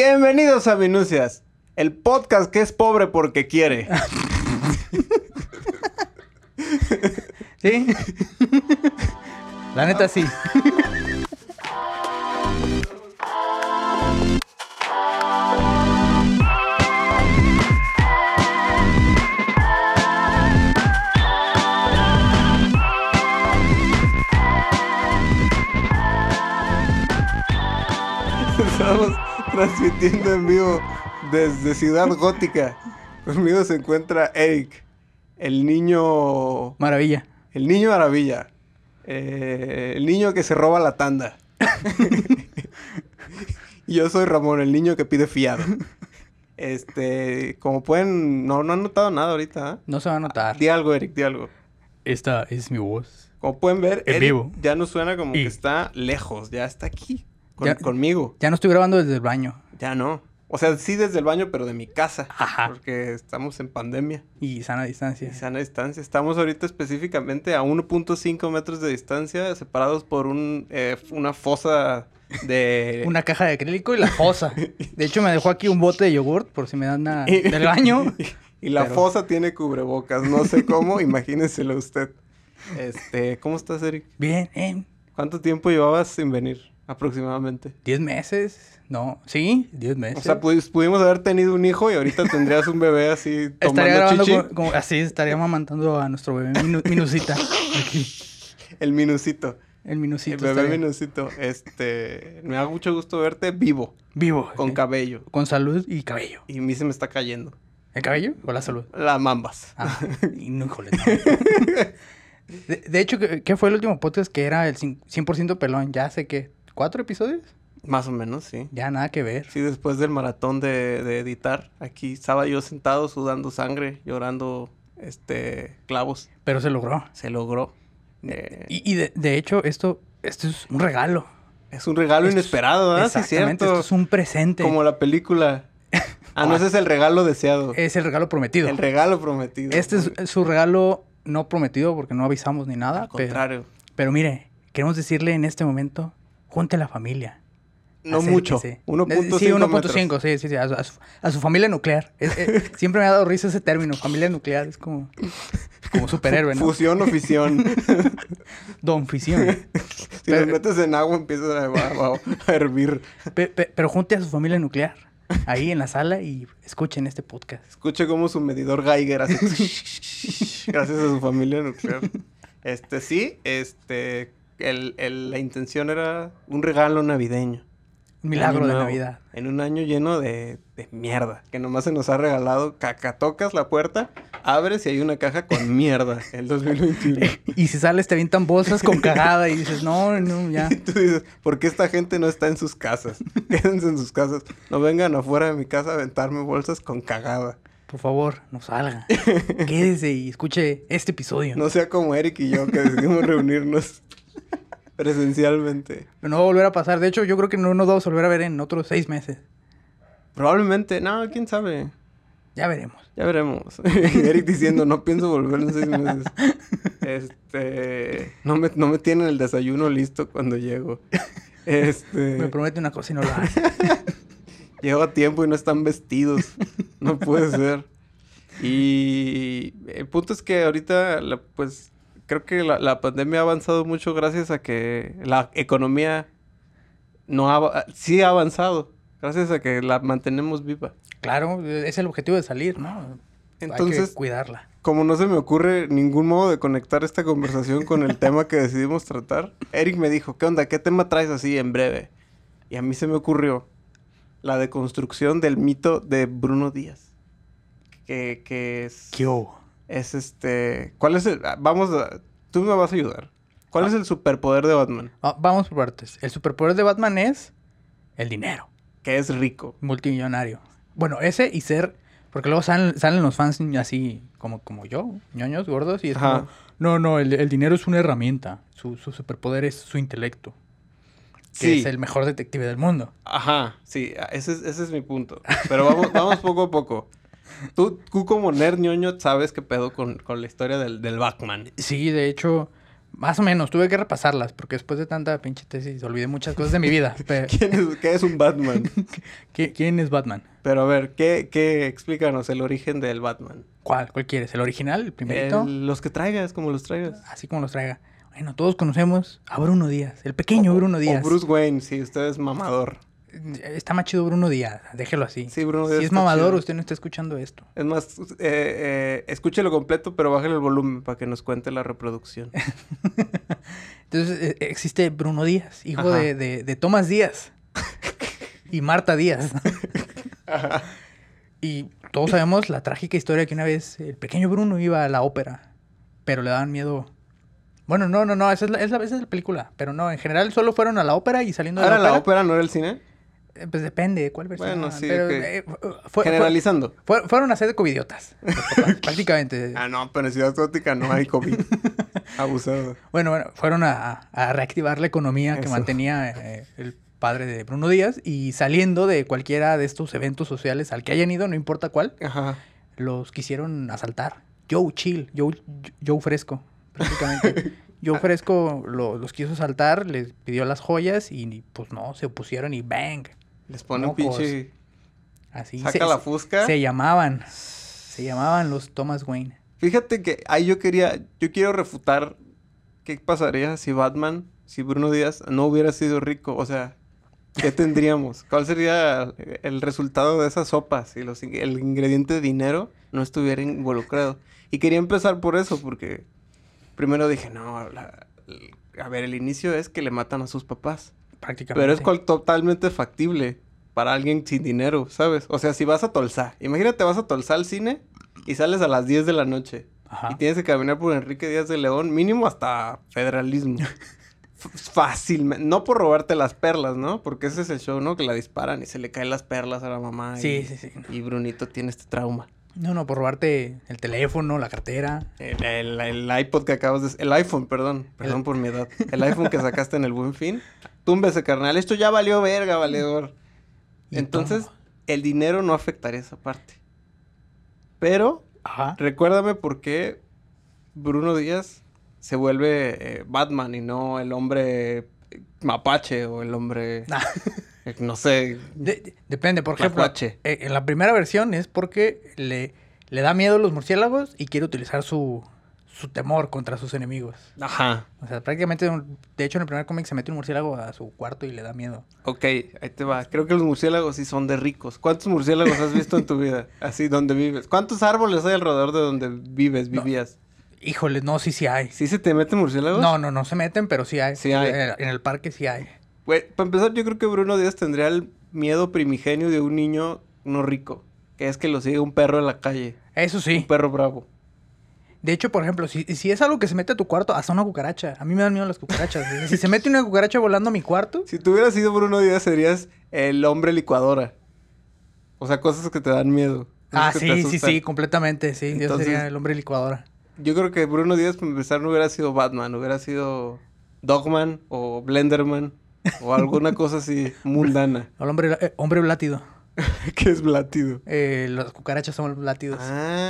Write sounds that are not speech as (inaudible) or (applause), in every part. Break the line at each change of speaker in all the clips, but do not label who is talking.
Bienvenidos a Minucias, el podcast que es pobre porque quiere.
¿Sí? (laughs) La neta sí.
Estamos transmitiendo en vivo desde Ciudad Gótica. Conmigo se encuentra Eric, el niño.
Maravilla.
El niño maravilla. Eh, el niño que se roba la tanda. (laughs) Y Yo soy Ramón, el niño que pide fiado. Este, como pueden, no, no han notado nada ahorita.
No se va a notar.
¿eh? Di algo, Eric, di algo.
Esta es mi voz.
Como pueden ver,
En
Eric
vivo.
ya no suena como
Y-
que está lejos, ya está aquí con-
Ya-
conmigo.
Ya no estoy grabando desde el baño.
Ya no. O sea, sí desde el baño, pero de mi casa.
Ajá.
Porque estamos en pandemia.
Y sana distancia.
Y sana distancia. Estamos ahorita específicamente a 1.5 metros de distancia, separados por un, eh, una fosa de...
(laughs) Una caja de acrílico y la fosa. De hecho, me dejó aquí un bote de yogurt por si me dan una...
(laughs) Y-
del baño.
Y la
pero-
fosa tiene cubrebocas. No sé cómo, (laughs) imagínenselo usted. Este, ¿cómo estás, Eric?
Bien, ¿eh?
¿Cuánto tiempo llevabas sin venir aproximadamente?
¿Diez meses? No. ¿Sí? ¿Diez meses?
O sea, pudi- pudimos haber tenido un hijo y ahorita tendrías un bebé así
(laughs) Estaría
tomando
grabando
chichi.
como, como- así, estaría mamantando a nuestro bebé minu- Minucita. Aquí.
El minucito.
El
El
Minucito.
bebé
estaría-
minucito. Este, me da mucho gusto verte vivo,
Vivo.
con
¿sí?
cabello.
Con salud y cabello.
Y a mí se me está cayendo.
¿El cabello o la salud?
Las mambas.
Ah, y no, híjole, no. De, de hecho, ¿qué, qué fue el último podcast que era el cin- 100% pelón? Ya sé que, ¿cuatro episodios?
Más o menos, sí.
Ya nada que ver.
Sí, después del maratón de, de editar, aquí estaba yo sentado sudando sangre, llorando este clavos.
Pero se logró.
Se logró. Eh,
Y, y de, de hecho, esto, esto es un regalo.
es un regalo
esto es-
inesperado, ¿verdad? Ah, Sí, es
Exactamente,
cierto.
esto es un presente.
Como la película. Ah,
(laughs)
no, ese es el regalo deseado.
Es el regalo prometido.
El regalo prometido.
este es su regalo no prometido porque no avisamos ni nada.
Al
pero-
contrario.
pero mire, queremos decirle en este momento, junte a la familia.
No mucho.
Acérquese.
1.5
Sí,
metros.
1.5, sí, sí, sí, a su, a su- a su familia nuclear.
(laughs)
Es- es- siempre me ha dado risa ese término, familia nuclear, es como, como superhéroe, ¿no?
Fusión o
(laughs)
fisión.
Don Fisión.
(laughs) si
Pero-
los metes en agua empiezan a, a- a- a hervir.
Pe- pe- pero junte a su familia nuclear, ahí en la sala y escuchen este podcast.
Escuche cómo su medidor Geiger hace... (laughs) gracias a su familia nuclear. Este, sí, este... el- el- la intención era un regalo navideño.
Un milagro
Año
de
nuevo.
Navidad.
En un año lleno de, de mierda. Que nomás se nos ha regalado caca. Tocas la puerta, abres y hay una caja con mierda.
(laughs)
El 2021.
Y si este sales te avientan bolsas con cagada y dices, no, no, ya.
Y tú dices, ¿por qué esta gente no está en sus casas? (laughs) Quédense en sus casas. No vengan afuera de mi casa a aventarme bolsas con cagada.
Por favor, no salga. Quédese y escuche este episodio. No,
No sea como Eric y yo que (laughs) decidimos reunirnos presencialmente.
no va a volver a pasar. De hecho, yo creo que no nos vamos a volver a ver en otros seis meses.
Probablemente, no, quién sabe.
Ya veremos.
Ya veremos. (laughs) Y Eric diciendo, no pienso volver en seis (laughs) meses. Este, no me, no me tienen el desayuno listo cuando (laughs) llego.
Me
Este,
promete una cosa y no lo hace.
llego a tiempo y no están vestidos. No puede ser. Y el punto es que ahorita, la- pues, creo que la, la pandemia ha avanzado mucho gracias a que la economía no ha, av- sí ha avanzado. Gracias a que la mantenemos viva.
Claro, es el objetivo de salir, ¿no? Entonces, Hay
Entonces,
que cuidarla.
Como no se me ocurre ningún modo de conectar esta conversación con el tema que decidimos tratar, Eric me dijo, ¿qué onda? ¿Qué tema traes así en breve? Y a mí se me ocurrió la deconstrucción del mito de Bruno Díaz. Que, que es,
¿Qué hubo?
es este... ¿Cuál es el...? ah, Vamos a... Tú me vas a ayudar. ¿Cuál es el superpoder de Batman?
Ah, vamos por partes. El superpoder de Batman es el dinero,
Que es rico.
multimillonario. Bueno, ese y ser, porque luego salen, salen los fans así como, como yo, ñoños, gordos, y es
Ajá.
como, no, no, el, el dinero es una herramienta. Su, su superpoder es su intelecto, que
Sí.
es el mejor detective del mundo.
Ajá, sí, a- ese es, ese es mi punto. Pero vamos, (laughs) vamos poco a poco.
(laughs)
Tú, tú como nerd ñoño sabes qué pedo con, con la historia del, del Batman.
Sí, de hecho, Más o menos, tuve que repasarlas, porque después de tanta pinche tesis olvidé muchas cosas de mi vida. Pero,
¿Quién es, ¿Qué es un Batman?
¿qui- ¿Quién es Batman?
(laughs) Pero a ver, ¿qué, qué? Explícanos el origen del Batman.
¿Cuál? ¿Cuál quieres? ¿El original? ¿El primerito?
El- los que traigas, como los traigas.
Así como los traiga. Bueno, todos conocemos a Bruno Díaz, el pequeño Bruno Díaz.
O Bruce Wayne, si usted es mamador.
Está más chido Bruno Díaz, déjelo así.
Sí, Bruno Díaz
si es
está
mamador,
chido.
usted no está escuchando esto.
Es más, eh, eh, escúchelo completo, pero bájale el volumen para que nos cuente la
(laughs)
reproducción.
Entonces eh, existe Bruno Díaz, hijo
Ajá.
de, de- de Tomás
(laughs)
Díaz y Marta Díaz. y todos sabemos la trágica historia que una vez el pequeño Bruno iba a la ópera, pero le daban miedo. Bueno, no, no, no, esa es la, es la- esa es la película, pero no, en general solo fueron a la ópera y saliendo de
¿Ahora
la
la ópera
ópera.
no Ah, era el cine?
eh, Pues depende de cuál versión.
Bueno, sí,
pero,
ok.
eh, fu- fue- fue-
Generalizando.
fue- fueron a ser
(laughs)
de covidiotas, los papás, prácticamente.
Ah, no, pero en Ciudad Gótica no hay
(laughs)
COVID. Abusado.
Bueno, bueno, fueron a, a reactivar la economía que
Eso.
mantenía eh, el padre de Bruno Díaz y saliendo de cualquiera de estos eventos sociales al que hayan ido, no importa cuál,
Ajá.
los quisieron asaltar. Joe Chill, Joe, Joe Fresco, prácticamente.
(laughs)
Joe Fresco lo- los quiso asaltar, les pidió las joyas y pues no, se opusieron y bang.
Les pone un
Mocos.
pinche.
Así
Saca
se,
la fusca.
se llamaban. Se llamaban los Thomas Wayne.
Fíjate que ahí yo quería. Yo quiero refutar qué pasaría si Batman, si Bruno Díaz no hubiera sido rico. O sea,
(laughs)
¿qué tendríamos? ¿Cuál sería el resultado de esa sopa si los, in- el ingrediente de dinero no estuviera involucrado? Y quería empezar por eso, porque primero dije, no, la- la- a ver, el inicio es que le matan a sus papás.
Prácticamente.
Pero es cual- totalmente factible para alguien sin dinero, ¿sabes? O sea, si vas a Tolsá, imagínate, vas a Tolsá al cine y sales a las 10 de la noche
Ajá.
y tienes que caminar por Enrique Díaz de León, mínimo hasta
(laughs)
federalismo. Fácilmente, no por robarte las perlas, ¿no? Porque ese es el show, ¿no? Que la disparan y se le caen las perlas a la mamá. y-
Sí, sí, sí.
Y Brunito tiene este trauma.
No, no, por robarte el teléfono, la cartera,
El, el- el iPod que acabas de... El iPhone, perdón. Perdón por mi edad. El iPhone que sacaste en el Buen Fin. Tumbe ese carnal. Esto ya valió verga, valedor.
Y
Entonces,
toma.
el dinero no afectaría esa parte. Pero,
Ajá.
recuérdame por qué Bruno Díaz se vuelve eh, Batman y no el hombre eh, mapache o el hombre...
Ah.
eh, no sé.
De- de- depende, por
La
ejemplo,
Guache.
eh, en la primera versión es porque le, le da miedo a los murciélagos y quiere utilizar su, su temor contra sus enemigos.
Ajá.
O sea, prácticamente, un- de hecho, en el primer cómic se mete un murciélago a su cuarto y le da miedo.
Ok, ahí te va. Creo que los murciélagos sí son de ricos. ¿Cuántos murciélagos has visto en tu vida? Así, donde vives. ¿Cuántos árboles hay alrededor de donde vives,
No.
vivías?
Híjole, no, sí, sí hay.
¿Sí se te meten murciélagos?
No, no, no se meten, pero sí hay.
Sí hay.
Eh, En el parque sí hay.
Güey, para empezar, yo creo que Bruno Díaz tendría el miedo primigenio de un niño no rico. Que es que lo sigue un perro en la calle.
Eso sí.
Un perro bravo.
De hecho, por ejemplo, si, si es algo que se mete a tu cuarto, hasta una cucaracha. A mí me dan miedo las cucarachas. (laughs) si se mete una cucaracha volando a mi cuarto,
Si tú hubieras sido Bruno Díaz, serías el hombre licuadora. O sea, cosas que te dan miedo.
Ah,
cosas que te
sí, sí,
asustan.
sí, completamente, sí. Yo
Entonces-
sería el hombre licuadora.
Yo creo que Bruno Díaz, para empezar, no hubiera sido Batman, hubiera sido Dogman o Blenderman o alguna cosa así mundana, (laughs)
El hombre, eh, hombre látido.
que es blatido.
Eh, las cucarachas son látidos.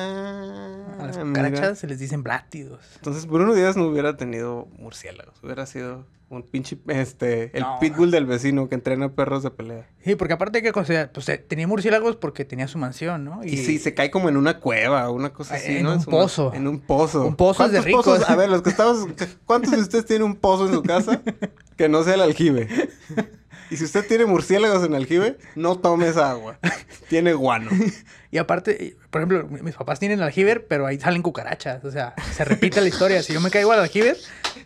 Ah,
a las
mira.
cucarachas se les dicen látidos.
Entonces, Bruno Díaz no hubiera tenido murciélagos, hubiera sido un pinche, este, el
No.
pitbull del vecino que entrena perros de pelea.
Sí, porque aparte hay que considerar, pues eh, tenía murciélagos porque tenía su mansión, ¿no?
Y, sí, se cae como en una cueva, una cosa
Eh,
así,
en
¿no?
un
su ma-
pozo.
En un pozo.
Un pozo es de
¿Cuántos
ricos.
pozos? A ver, los que estamos... ¿Cuántos de ustedes tienen un pozo en su casa que no sea el aljibe? Y si usted tiene murciélagos en aljibe, no tome esa agua. Tiene guano.
Y aparte, eh, por ejemplo, mi- mis papás tienen el aljiber, pero ahí salen cucarachas. O sea, se repite la historia. Si yo me caigo al aljiber,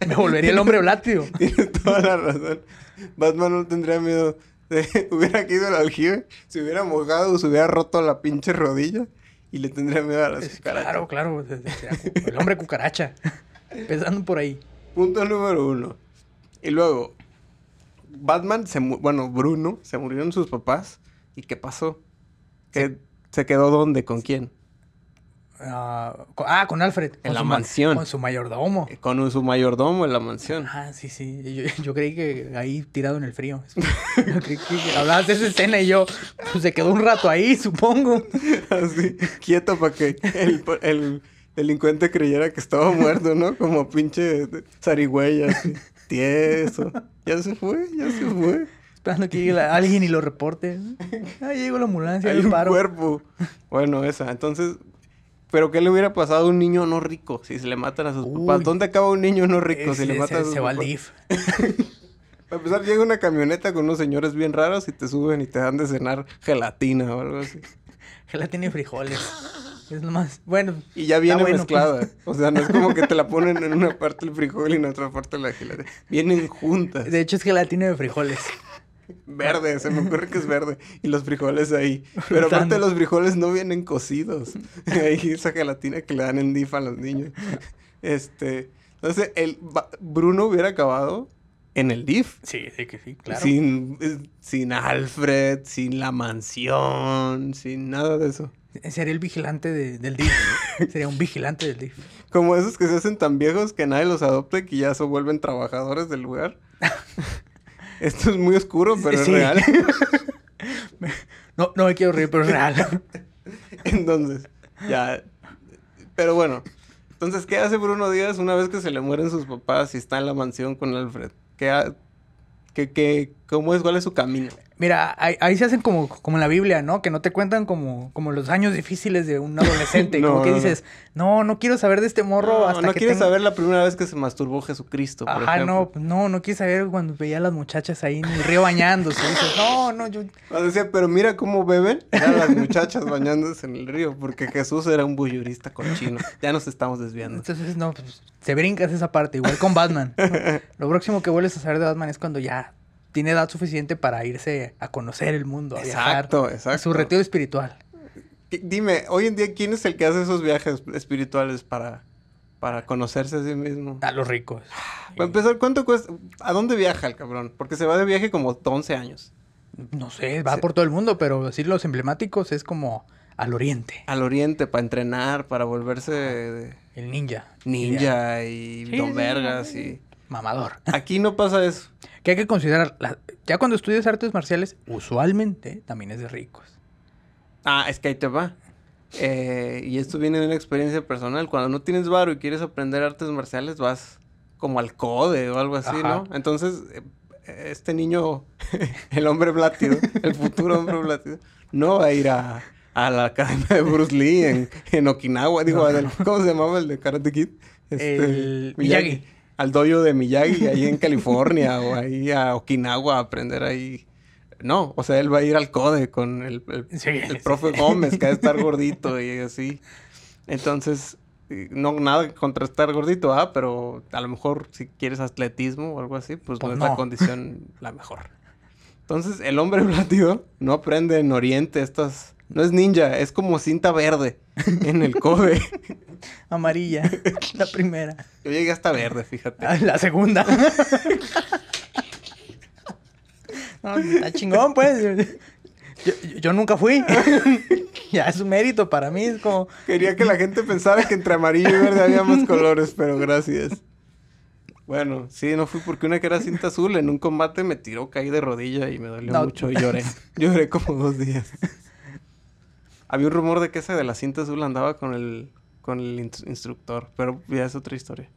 me volvería el hombre látido.
Tiene toda la razón. Batman no tendría miedo. de- (laughs) hubiera caído el aljibe, se hubiera mojado, se hubiera roto la pinche rodilla y le tendría miedo a las cucarachas.
Claro, claro. o sea, El hombre cucaracha. Empezando por ahí.
Punto número uno. Y luego, Batman se mu- bueno, Bruno, se murieron sus papás. ¿Y qué pasó? ¿Qué- ¿Se quedó dónde? ¿Con quién?
Ah, con- ah, con Alfred. con
la
su ma-
mansión.
Con su mayordomo.
Eh, Con su mayordomo en la mansión.
Ah, sí, sí. Yo, (laughs) yo creí que ahí tirado en el frío. Yo creí que hablabas de esa escena y yo,
(laughs)
pues se quedó un rato ahí, supongo.
Así, quieto para que el, el delincuente creyera que estaba muerto, ¿no? Como pinche zarigüeya, así, tieso. Ya se fue, ya se fue.
Esperando que llegue la- alguien y lo reporte. Ah, llegó la ambulancia,
Hay
yo
un
paro.
cuerpo. Bueno, esa. Entonces, ¿pero qué le hubiera pasado a un niño no rico si se le matan a sus
Uy.
papás? ¿Dónde acaba un niño no rico si
Ese-
le matan a
se,
sus
se va al
papás?
DIF.
Para empezar, llega una camioneta con unos señores bien raros y te suben y te dan de cenar gelatina o algo así.
Gelatina y frijoles. Es nomás. Bueno,
Y ya viene
Ah, bueno, pues.
mezclada. O sea, no es como que te
(laughs)
la ponen en una parte el frijol y en otra parte la gelatina. Vienen juntas.
pues. de hecho es gelatina de frijoles.
Verde, se me ocurre que es verde. Y los frijoles
(laughs)
ahí. Pero aparte
Flotando.
los frijoles no vienen
(laughs)
cocidos. Ahí esa gelatina que le dan en DIF a los niños. Este. Entonces, el ba- Bruno hubiera acabado en el DIF.
Sí, sí que sí, claro.
Sin, eh, sin Alfred, sin la mansión, sin nada de eso.
Sería el vigilante de- del DIF. Sería un vigilante del DIF.
Como esos que se hacen tan viejos que nadie los adopta y que ya se vuelven trabajadores del
(laughs)
lugar. Esto es muy oscuro, pero es
Sí.
real.
(laughs) No, no me quiero reír, pero es real.
Entonces, ya. Pero bueno. Entonces, ¿qué hace Bruno Díaz una vez que se le mueren sus papás y está en la mansión con Alfred? ¿Qué, ha- qué, qué- cómo es? ¿Cuál es su camino?
Mira, ahí, ahí se hacen como, como en la Biblia, ¿no? Que no te cuentan como, como los años difíciles de un
(laughs)
adolescente.
No,
como que
no, no.
dices, no, no quiero saber de este morro
no,
hasta
no
que
quieres
tenga-
saber la primera vez que se masturbó Jesucristo, por
Ajá,
ejemplo.
no, no, no quieres saber cuando veía a las muchachas ahí en el río bañándose. Dices, no, no, yo...
O sea, pero mira cómo beben. Eran las muchachas bañándose en el río, porque Jesús era un bullurista cochino. Ya nos estamos desviando.
Entonces, no, pues, te brincas esa parte, igual
(laughs)
con Batman. ¿no? Lo próximo que vuelves a saber de Batman es cuando ya tiene edad suficiente para irse a conocer el mundo, a viajar.
Exacto, exacto.
Su retiro espiritual.
Di- Dime, hoy en día, ¿quién es el que hace esos viajes espirituales para, para conocerse a sí mismo?
A los ricos.
Para empezar, ¿cuánto cuesta? ¿A dónde viaja el cabrón? Porque se va de viaje como 11 años.
No sé, va
Sí.
por todo el mundo, pero decir los emblemáticos es como al oriente.
Al oriente para entrenar, para volverse
El ninja.
ninja y
Ah. Sí,
don
sí,
vergas
sí.
y...
Mamador.
Aquí no pasa eso.
Que hay que considerar, la- ya cuando estudias artes marciales, usualmente también es de ricos.
Ah, es que ahí te va. Eh, y esto viene de una experiencia personal. Cuando no tienes varo y quieres aprender artes marciales, vas como al CODE o algo así,
Ajá.
¿no? Entonces, eh, este niño, (laughs) el hombre blátido, el futuro hombre blátido, no va a ir a, a la academia de Bruce Lee en, en Okinawa. Digo, al- ¿cómo se llamaba el de Karate Kid? Este,
El Este, Miyagi.
Al dojo de Miyagi, ahí en California o ahí a Okinawa a aprender ahí. No, o sea, él va a ir al CODE con el- el
Sí,
el
sí.
profe Gómez, que ha de estar gordito y así. Entonces, eh, no nada contra estar gordito, ¿ah? Pero a lo mejor si quieres atletismo o algo así, pues,
Pues
no es
no.
la condición la mejor. Entonces, el hombre (laughs) blátido no aprende en Oriente estas... No es ninja, es como cinta verde en
(laughs)
el Kobe.
Amarilla, la primera.
Yo llegué hasta verde, fíjate.
Ah, La segunda. (laughs) No, está chingón, pues. Yo, yo- yo nunca fui. (laughs) Ya es un mérito para mí. Es como,
Quería que la gente pensara que entre amarillo y verde había más colores, pero gracias. Bueno, sí, no fui porque una que era cinta azul en un combate me tiró, caí de rodilla y me dolió
No.
mucho y lloré. Lloré como dos días. Había un rumor de que ese de la cinta azul andaba con el, con el instru- instructor, pero ya es otra historia.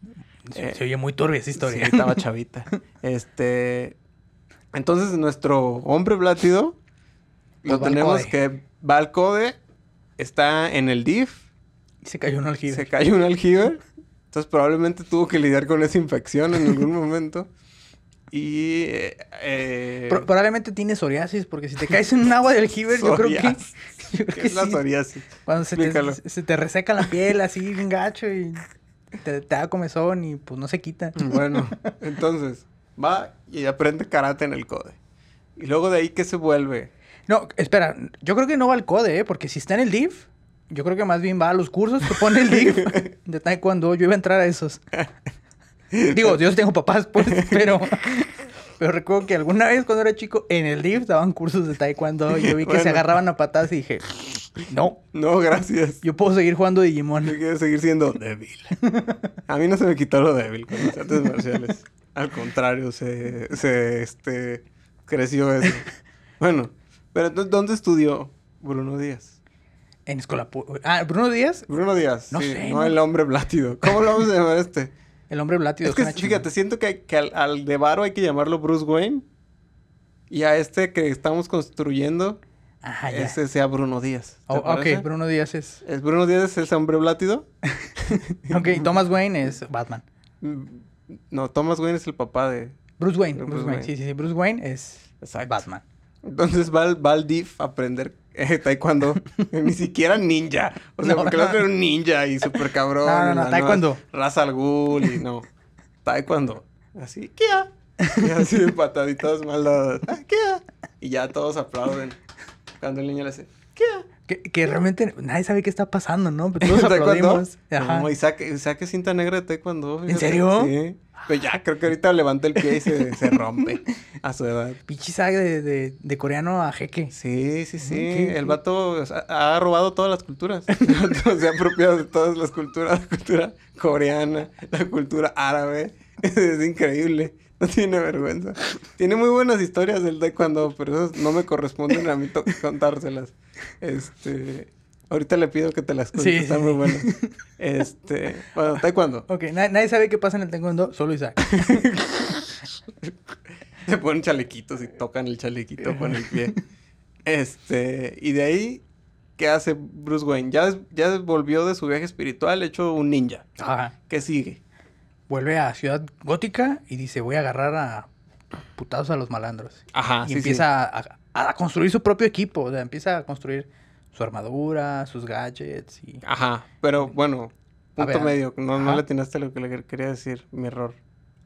se,
Eh,
se oye muy turbia esa
Sí,
historia.
estaba chavita. Este. Entonces, nuestro hombre blátido lo
Pues va al
tenemos
CODE.
que va al CODE, está en el DIF,
Y se cayó un aljibe.
se cayó un aljibe. Entonces probablemente tuvo que lidiar con esa infección en
(laughs)
algún momento. Y... eh, eh,
Pro- probablemente tiene psoriasis, porque si te caes en un agua de aljibe, yo creo que.
psoriasis.
(laughs) yo creo
¿Qué
que
es la
sí. (laughs)
psoriasis?
Cuando se
Explícalo.
te, se te reseca la piel así, bien gacho, y te, te da comezón y pues no se quita.
Bueno, entonces va y aprende karate en el CODE. Y luego de ahí, ¿qué se vuelve?
No, espera, yo creo que no va al CODE, ¿eh? porque si está en el DIF, yo creo que más bien va a los cursos que pone
(laughs)
el DIF de Taekwondo. Yo iba a entrar a esos. Digo, Dios tengo papás, pues, pero, pero recuerdo que alguna vez cuando era chico en el DIF daban cursos de Taekwondo. y Yo vi que se
Bueno.
agarraban a patadas y dije, no,
No, gracias.
yo puedo seguir jugando
Yo
Digimon.
quiero seguir siendo débil. A mí no se me quitó lo débil con las artes marciales. Al contrario, se, se este, creció eso. Bueno, pero entonces, ¿dónde estudió Bruno Díaz?
En Escolapu... Ah, Bruno Díaz,
Bruno Díaz.
No
sí,
sé,
No,
no-
el hombre blátido. ¿Cómo lo vamos a llamar a
(laughs)
este?
el hombre blátido.
es que,
suena chido.
fíjate, siento que, que al, al de Varo hay que llamarlo Bruce Wayne. Y a este que estamos construyendo,
Ajá, Ah, ya.
ese sea Bruno Díaz. ¿te
Oh,
parece?
ok, Bruno Díaz es...
¿Es Bruno Díaz es el hombre blátido?
Ok, Thomas Wayne es Batman.
Mm, No, Thomas Wayne es el papá de...
Bruce Wayne,
Bruce
Bruce, Wayne.
Wayne.
Sí, sí, sí. Bruce Wayne es
Exacto.
Batman.
Entonces va al, va al DIF a aprender eh,
(laughs)
taekwondo. Ni siquiera ninja. O sea,
No,
porque el
no.
otro era un ninja y súper cabrón.
No, no,
y
no,
la
taekwondo.
nueva Raza al ghul y no. Taekwondo. Así,
(laughs)
¿qué? Y así de pataditas mal dadas. Ah, ¿Qué? Y ya todos aplauden. Cuando el niño le hace, ¿qué?
Que, que realmente nadie sabe qué está pasando,
(laughs)
¿no? Pero todos
¿Taekwondo?
aplaudimos. Ajá.
No, y saque, saque cinta negra de taekwondo. fíjate.
serio?
Sí. Pues ya, creo que ahorita levanta el pie y se, se rompe a su edad.
Pinche saga de, de- de coreano a jeque.
Sí, sí, sí.
qué-
El vato o sea, ha robado todas las culturas. (laughs) El vato se ha apropiado de todas las culturas. La cultura coreana, la cultura árabe. (laughs) Es increíble. No tiene vergüenza. Tiene muy buenas historias del taekwondo, pero esas no me corresponden a mí to- (laughs) contárselas. Este... Ahorita le pido que te las cuentes.
Sí, sí,
están muy
sí.
buenas. Este... Bueno, taekwondo.
Ok, na- nadie sabe qué pasa en el taekwondo,
(laughs)
solo Isaac.
Se ponen chalequitos y tocan el chalequito con el pie. Este, y de ahí, ¿qué hace Bruce Wayne? Ya, des- ya volvió de su viaje espiritual hecho un ninja.
Ajá.
¿Qué sigue?
Vuelve a Ciudad Gótica y dice, voy a agarrar a putados a los malandros.
Ajá,
y empieza A, a- a construir su propio equipo. O sea, empieza a construir su armadura, sus gadgets y...
Ajá, pero bueno,
eh, A
punto
ver,
medio. No, no
ajá.
le atinaste a lo que le quer- quería decir, mi error.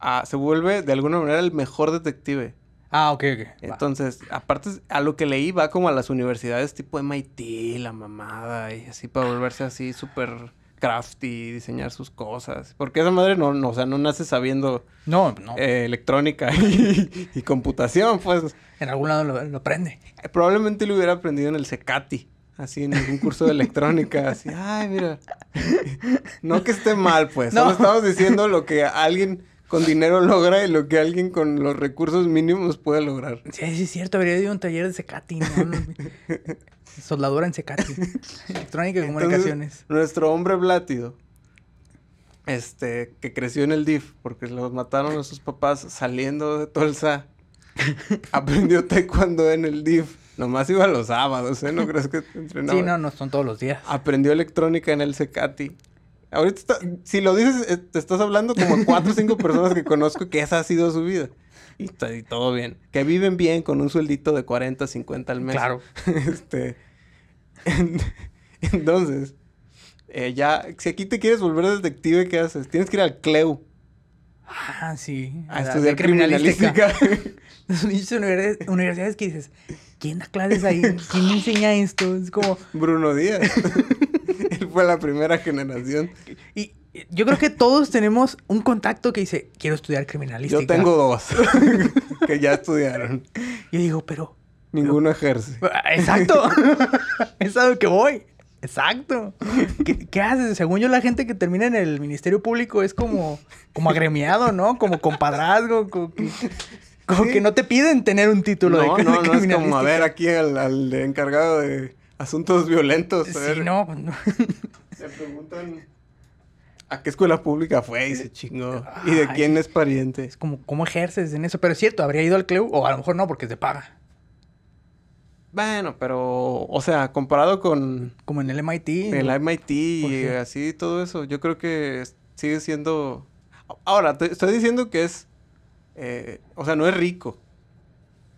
Ah, se vuelve de alguna manera el mejor detective.
Ah, ok, ok. va.
Entonces, aparte, a lo que leí, va como a las universidades tipo MIT, la mamada, y así
Ah.
para volverse así súper crafty, diseñar sus cosas. Porque esa madre no, no o sea, no nace sabiendo
No, no.
eh, electrónica (laughs) y, y computación, pues.
En algún lado lo, lo prende.
Eh, Probablemente lo hubiera aprendido en el CECATI, así en algún curso de electrónica, así, ay, mira. (laughs) no que esté mal, pues.
No.
Solo estamos diciendo lo que alguien con dinero logra y lo que alguien con los recursos mínimos puede lograr.
Sí, sí, es cierto. Habría ido a un taller de Secati. ¿no?
(laughs)
No, Soldadura en Secati. Electrónica y
Entonces,
comunicaciones.
nuestro hombre blátido, este, que creció en el DIF porque los mataron a sus papás saliendo de
(laughs)
Tolsa, aprendió taekwondo en el DIF. Nomás iba los sábados, ¿eh? No crees que entrenaba.
sí, no, no son todos los días.
Aprendió electrónica en el Secati. Ahorita, está- si lo dices, eh, te estás hablando como a cuatro o
(laughs)
cinco personas que conozco que esa ha sido su vida. Y, está- y todo bien. Que viven bien con un sueldito de 40, 50 al mes.
Claro.
(laughs) este. en- entonces, eh, ya, si aquí te quieres volver detective, ¿qué haces? Tienes que ir al CLEU
Ah, sí.
a
la- la
estudiar
(laughs)
criminalística. (laughs)
Las pinches universidades, universidades que dices, ¿quién da clases ahí? ¿Quién me enseña esto? Es como...
Bruno Díaz. (laughs) Él fue la primera generación.
Y y yo creo que todos tenemos un contacto que dice, quiero estudiar criminalística.
Yo tengo dos (laughs) que ya estudiaron.
Yo digo, pero...
Ninguno ejerce. (laughs)
¡Exacto! es a lo que voy. ¡Exacto! ¿Qué, qué haces? Según yo, la gente que termina en el Ministerio Público es como... Como agremiado, ¿no? Como compadrazgo, como que... Como
Sí.
que no te piden tener un título
no,
de,
no, no, es como a
criminalística.
ver aquí al, al encargado de asuntos violentos. A
Sí,
ver,
no, pues no.
Le preguntan a qué escuela pública fue y se chingó. ¿Y de
Ay.
quién es pariente?
Es como, ¿cómo ejerces en eso? Pero es cierto, habría ido al club, o a lo mejor no, porque es de paga.
Bueno, pero, o sea, comparado con
Como en el MIT. ¿no?
el MIT
Por
y
sí.
así todo eso, yo creo que es- sigue siendo... Ahora, te- estoy diciendo que es... eh, o sea, no es rico.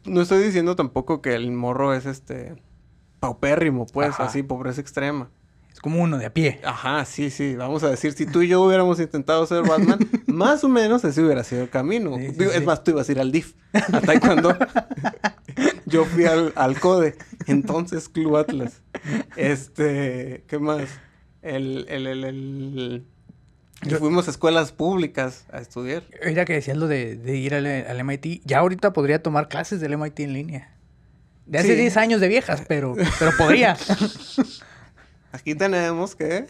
No estoy diciendo tampoco que el morro es este... Paupérrimo, pues,
Ajá.
así, pobreza extrema.
Es como uno de a pie.
Ajá, sí, sí. Vamos a decir, si tú y yo hubiéramos intentado ser
(laughs)
Batman, más o menos ese hubiera sido el camino.
Sí, sí,
Digo, Es
sí.
más, tú ibas a ir al DIF. Hasta ahí cuando (laughs) yo fui al, al CODE. Entonces, Club Atlas. Este, ¿qué más? El, el, el, el- el-
Yo-
Fuimos a escuelas públicas a estudiar.
Era que decías lo de, de ir al, al MIT. Ya ahorita podría tomar clases del MIT en línea. De hace
Sí.
10 años de viejas, pero, pero
(laughs)
podría.
Aquí tenemos
(laughs)
que...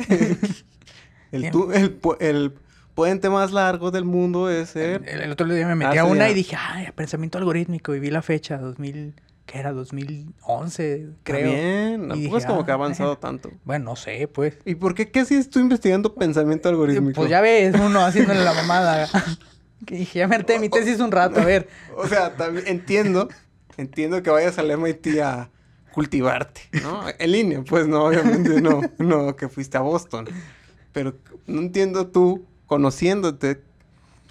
el, tu- el, pu- el puente más largo del mundo es el...
eh, el, el otro día me metí
Hace
a una
Ah, ya.
y dije, ay, pensamiento algorítmico. Y vi la fecha, 2000. que era 2011,
Creo.
creo.
Bien, tampoco
dije,
es como que ha
ah,
avanzado
bueno.
tanto.
Bueno, no sé, pues.
¿Y por qué? ¿Qué sigues tú investigando pensamiento algorítmico?
Pues ya ves, uno haciéndole la mamada. (laughs) que dije, ya me harté de mi tesis un rato, a ver.
O sea, también entiendo, entiendo que vayas al MIT a cultivarte, ¿no? En línea, pues no, obviamente no, no, que fuiste a Boston. Pero no entiendo tú, conociéndote,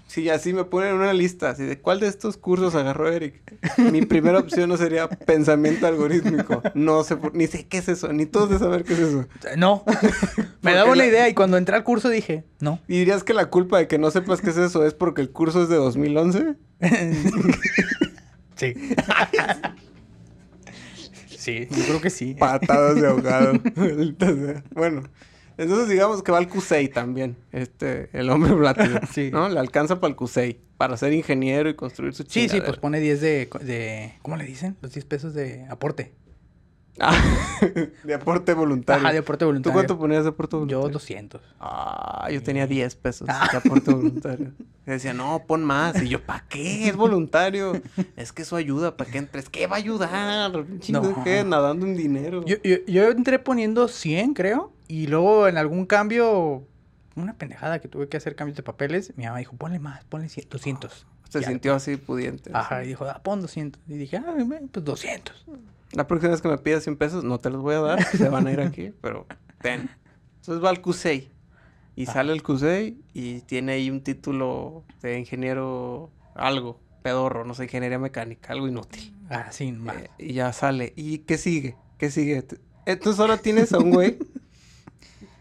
si así me ponen una lista, así de cuál de estos cursos agarró Eric. Mi primera opción no sería pensamiento algorítmico. No sé, por- ni sé qué es eso, ni todos de saber qué es eso. (laughs)
No. me daba
Porque
una
la-
idea y cuando entré al curso dije, no.
¿Y dirías que la culpa de que no sepas qué es eso es porque el curso es de 2011?
(laughs)
Sí. sí, yo creo que sí.
Patadas de ahogado. (laughs) Maldita sea. bueno, entonces digamos que va al CUSEI también, este, el hombre blátido,
(laughs)
Sí.
¿no? Le alcanza para el CUSEI, para ser ingeniero y construir su
Sí, sí,
chingadera.
pues pone 10 de, de- ¿Cómo le dicen? Los 10 pesos de aporte.
(laughs) Ah, de aporte voluntario.
Ajá, de aporte
¿Tú
voluntario.
cuánto ponías de aporte
Yo
voluntario?
200.
Ah, yo tenía 10 pesos
Ah.
de aporte voluntario. Y decía, no, pon más. Y yo, ¿para qué? Es voluntario. es que eso ayuda para que entres. ¿Qué va a ayudar? Chingo,
No.
¿qué? Nadando en dinero.
Yo, yo- yo entré poniendo 100, creo, y luego en algún cambio, una pendejada que tuve que hacer cambios de papeles, mi mamá dijo, ponle más, ponle 100, 200.
Se
Ya.
sintió así pudiente.
Ajá, y dijo, ah, pon 200. Y dije, ah, bueno, pues 200.
La próxima vez que me pidas 100 pesos, no te los voy a dar, se van a ir aquí, pero ten. Entonces va al CUSEI. Y
Ajá.
sale el CUSEI y tiene ahí un título de ingeniero algo, pedorro, no sé, ingeniería mecánica, algo inútil.
Ah, sí, más.
Eh, y ya sale. ¿Y qué sigue? ¿Qué sigue? Te- Entonces ahora tienes a un güey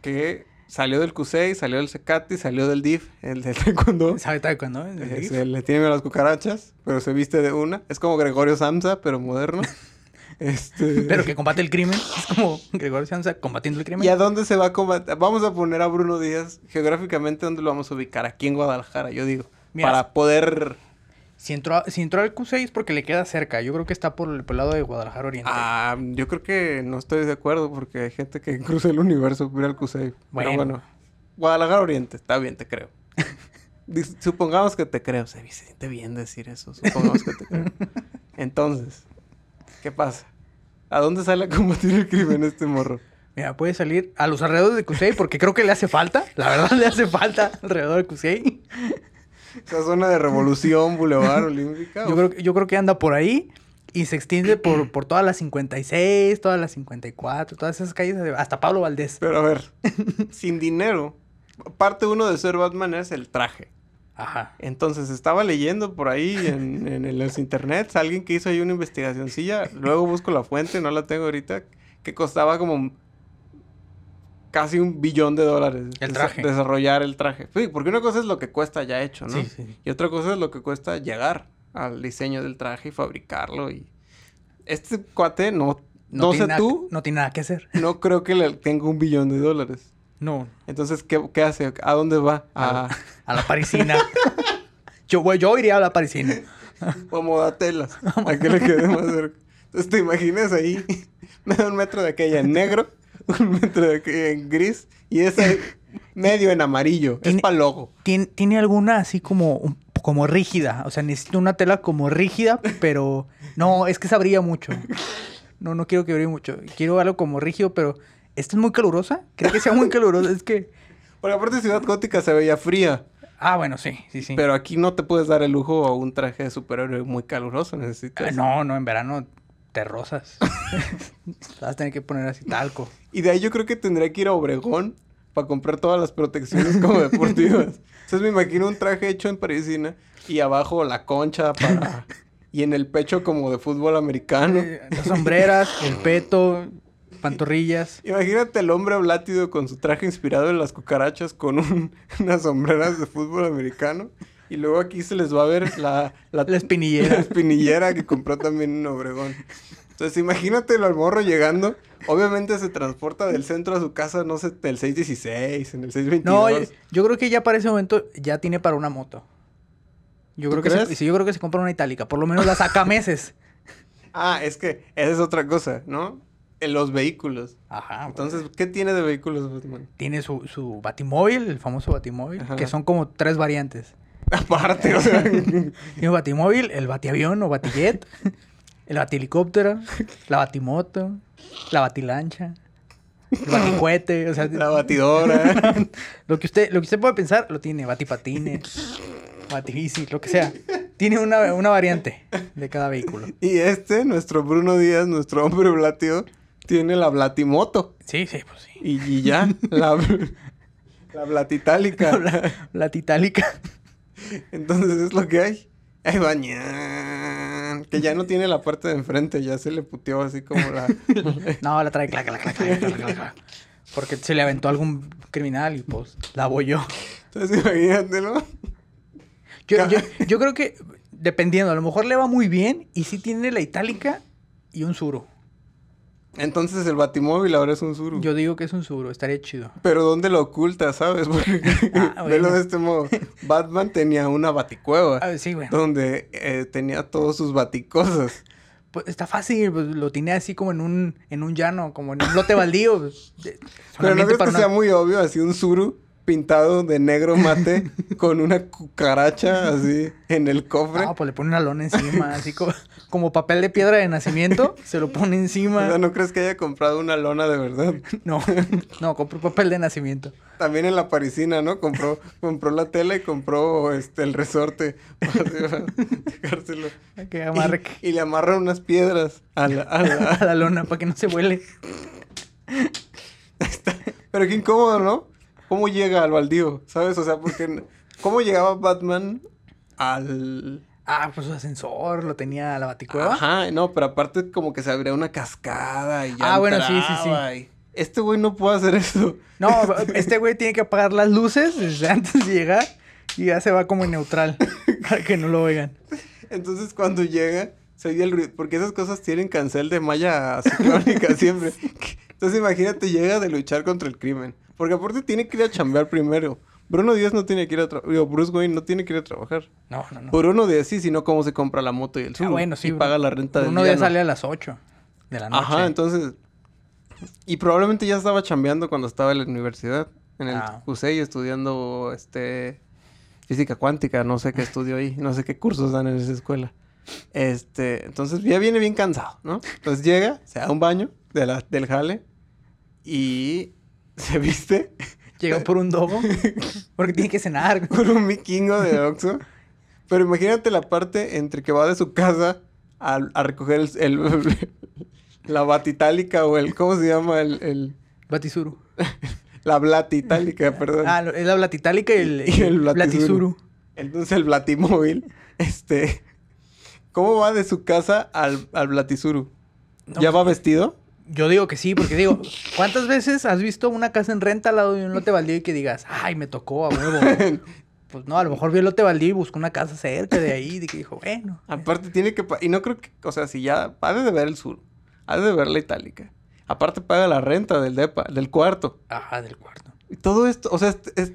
que salió del CUSEI, salió del CECATI, salió del DIF, el del Taekwondo.
¿Sabe tal cuándo? eh?
Eh, Se le tiene miedo a las cucarachas, pero se viste de una. Es como Gregorio Samsa, pero moderno. Este...
Pero que combate el crimen. (laughs) Es como Gregorio Sanza combatiendo el crimen.
¿Y a dónde se va a combatir? Vamos a poner a Bruno Díaz geográficamente, ¿dónde lo vamos a ubicar? Aquí en Guadalajara, yo digo.
Mira.
Para poder...
Si, entró, a- si entró al Q6 porque le queda cerca. Yo creo que está por el, por el lado de Guadalajara Oriente.
Ah, yo creo que no estoy de acuerdo porque hay gente que (laughs) cruza el universo para ir al CUSEI. Pero
Bueno.
bueno, Guadalajara Oriente, está bien, te creo. (laughs) Dis- supongamos que te creo, se siente bien decir eso, supongamos que te
(laughs)
creo. Entonces, ¿qué pasa? ¿A dónde sale a combatir el crimen este morro?
Mira, puede salir a los alrededores de Q6 porque creo que le hace falta. La verdad, le hace falta alrededor de Q6.
¿Esa zona de revolución, Boulevard, Olímpica?
Yo creo, que- yo creo que anda por ahí y se extiende por, por todas las 56, todas las 54, todas esas calles, hasta Pablo Valdés.
Pero a
(laughs)
ver, sin dinero, parte uno de ser Batman es el traje.
Ajá.
Entonces estaba leyendo por ahí en, en- en los internets, alguien que hizo ahí una investigacioncilla, luego busco la fuente, no la tengo ahorita, que costaba como casi un billón de dólares.
El
desa-
traje.
Desarrollar el traje. Sí, porque una cosa es lo que cuesta ya hecho, ¿no?
Sí, sí.
Y otra cosa es lo que cuesta llegar al diseño del traje y fabricarlo. Y este cuate no, no,
tiene
sé
nada-
tú,
No tiene nada que hacer.
no creo que le tenga un billón de dólares.
No.
Entonces, ¿qué, qué hace? ¿A dónde va? A,
A, a la
(laughs)
parisina. yo, güey, yo iría a la parisina.
(laughs) a Modatelas. ¿A qué le quede más cerca? Entonces, ¿te imaginas ahí? (laughs) Me da un metro de aquella en negro, (laughs) un metro de aquella en gris y esa en- medio en amarillo. Es
Tiene-
pa' logo.
¿Tiene, tiene alguna así como, un- como rígida. O sea, necesito una tela como rígida, pero no, es que se abría mucho. No, no quiero que brille mucho. Quiero algo como rígido, pero esta es muy calurosa. Creo que sea muy calurosa. Es que.
Por aparte, Ciudad Gótica se veía fría.
Ah, bueno, sí, sí, sí.
Pero aquí no te puedes dar el lujo a un traje de superhéroe muy caluroso.
Ah,
Necesitas.
no, no, en verano te rozas. Vas a tener que poner así talco.
Y de ahí yo creo que tendría que ir a Obregón para comprar todas las protecciones como deportivas. Entonces me imagino un traje hecho en parisina y abajo la concha para... y en el pecho como de fútbol americano.
Eh, Las sombreras, el peto, pantorrillas.
Imagínate el hombre blátido con su traje inspirado en las cucarachas con un- (laughs) unas sombreras de fútbol americano. Y luego aquí se les va a ver la...
(laughs) La espinillera.
la espinillera que compró también en Obregón. Entonces imagínate el morro llegando. Obviamente se transporta del centro a su casa, no sé, del 616, en el 622.
No, yo, yo creo que ya para ese momento ya tiene para una moto. Yo
¿Tú
creo, que se,
crees?
sí, yo creo que se compra una itálica. Por lo menos la
(laughs)
saca meses.
Ah, es que esa es otra cosa, ¿no? En los vehículos.
Ajá. Entonces.
Entonces, ¿qué tiene de vehículos Batman?
Tiene su, su batimóvil, el famoso batimóvil,
Ajá.
que son como tres variantes. (laughs)
Aparte, o sea... (laughs)
Tiene batimóvil, el batiavión o batijet. El batilicóptero, la batimoto, la batilancha, el baticuete, o sea,
(laughs) La batidora.
(laughs) lo que usted, lo que usted pueda pensar, lo
(laughs)
tiene. Batipatines, batibici, lo que sea. Tiene una, una variante de cada vehículo.
y este, nuestro Bruno Díaz, nuestro hombre blatio, tiene la blatimoto.
Sí, sí, pues sí.
Y, y ya,
(laughs)
la, la blatitálica.
La titálica.
Entonces es lo que hay. Ahí va, ñan, que ya no tiene la parte de enfrente, ya se le puteó así como
(laughs)
la...
(laughs) No, la trae clac, clac, clac, clac, clac, clac, clac. Porque se le aventó algún criminal y pues la abolló.
Entonces imagínatelo.
Yo, yo, yo creo que, dependiendo, a lo mejor le va muy bien y sí tiene la itálica y un suro.
Entonces el batimóvil ahora es un suru.
Yo digo que es un suro, estaría chido.
Pero ¿dónde lo oculta, sabes? Porque
(laughs) Ah,
velo
bueno.
de este modo. Batman tenía una baticueva
A ver, Ah, sí, güey.
donde eh, tenía todos sus baticosas.
Pues, está fácil, pues, lo tiene así como en un, en un llano, como en un lote baldío. pues, de-
Pero no
solamente
crees que
para una-
sea muy obvio, así un suru pintado de negro
(laughs)
mate con una cucaracha así en el cofre.
No, pues le pone una lona encima, así como, como papel de piedra de nacimiento, se lo pone
O sea,
encima.
¿no crees que haya comprado una lona de verdad?
No, (laughs) no, compró papel de nacimiento.
También en la parisina, ¿no?
(laughs)
Compró, compró la tela y compró este el resorte para dejárselo.
Que (laughs) amarre
Y, y le amarran unas piedras a la, a la-
(laughs) a la lona para que no se vuele.
Pero qué incómodo, ¿no? ¿Cómo llega al baldío? ¿Sabes? O sea, porque... n- ¿Cómo llegaba Batman al...?
Ah, pues su ascensor lo tenía la baticueva.
Ajá, no, pero aparte como que se abría una cascada y ya
Ah, bueno, sí, sí, sí.
entraba y- Este güey no puede hacer eso.
No, este güey tiene que apagar las luces desde (laughs) antes de llegar y ya se va como en neutral para que no lo oigan.
Entonces cuando llega, se oye el ruido. Porque esas cosas tienen cancel de malla
(laughs)
ciclónica siempre. Entonces imagínate, llega de luchar contra el crimen. Porque aparte tiene que ir a chambear primero. Bruno Díaz no tiene que ir a trabajar. Bruce Wayne no tiene que ir a trabajar.
No, no, no.
Bruno Díaz sí, sino cómo se compra la moto y el
Ah,
sur.
bueno, sí.
Y paga la renta del
Uno ya
llano.
sale a las 8 de la noche.
Ajá, entonces. Y probablemente ya estaba chambeando cuando estaba en la universidad. En el
Ah.
CUSEI estudiando este física cuántica, no sé qué estudio ahí, no sé qué cursos dan en esa escuela. Este, entonces ya viene bien cansado, ¿no? Entonces llega, se da un baño de la- del jale y se viste (laughs)
Llega por un dobo porque tiene que cenar. güey.
con un vikingo de Oxxo. Pero imagínate la parte entre que va de su casa a, a recoger el, el- (laughs) la batitálica o el, ¿cómo se llama? El, el-
Batisuru.
la
(laughs)
blatitálica, perdón.
Ah, lo- es la blatitálica y el,
Y el
el
blatisuru.
blatisuru.
Entonces el blatimóvil, este, ¿cómo va de su casa al, al blatisuru?
No, pues eh.
¿Ya va vestido?
Yo digo que sí, porque digo, ¿cuántas veces has visto una casa en renta al lado de un lote baldío y que digas, ay, me tocó
(laughs)
a huevo? pues no, a lo mejor vio el lote baldío y buscó una casa cerca de ahí y que dijo, bueno.
Aparte tiene que... Ah, pa- Y no creo que... O sea, si ya... Ha de ver el sur. Ha de ver la itálica. Aparte paga la renta del depa, del cuarto.
Ajá, del cuarto.
Y todo esto... O sea, es- es-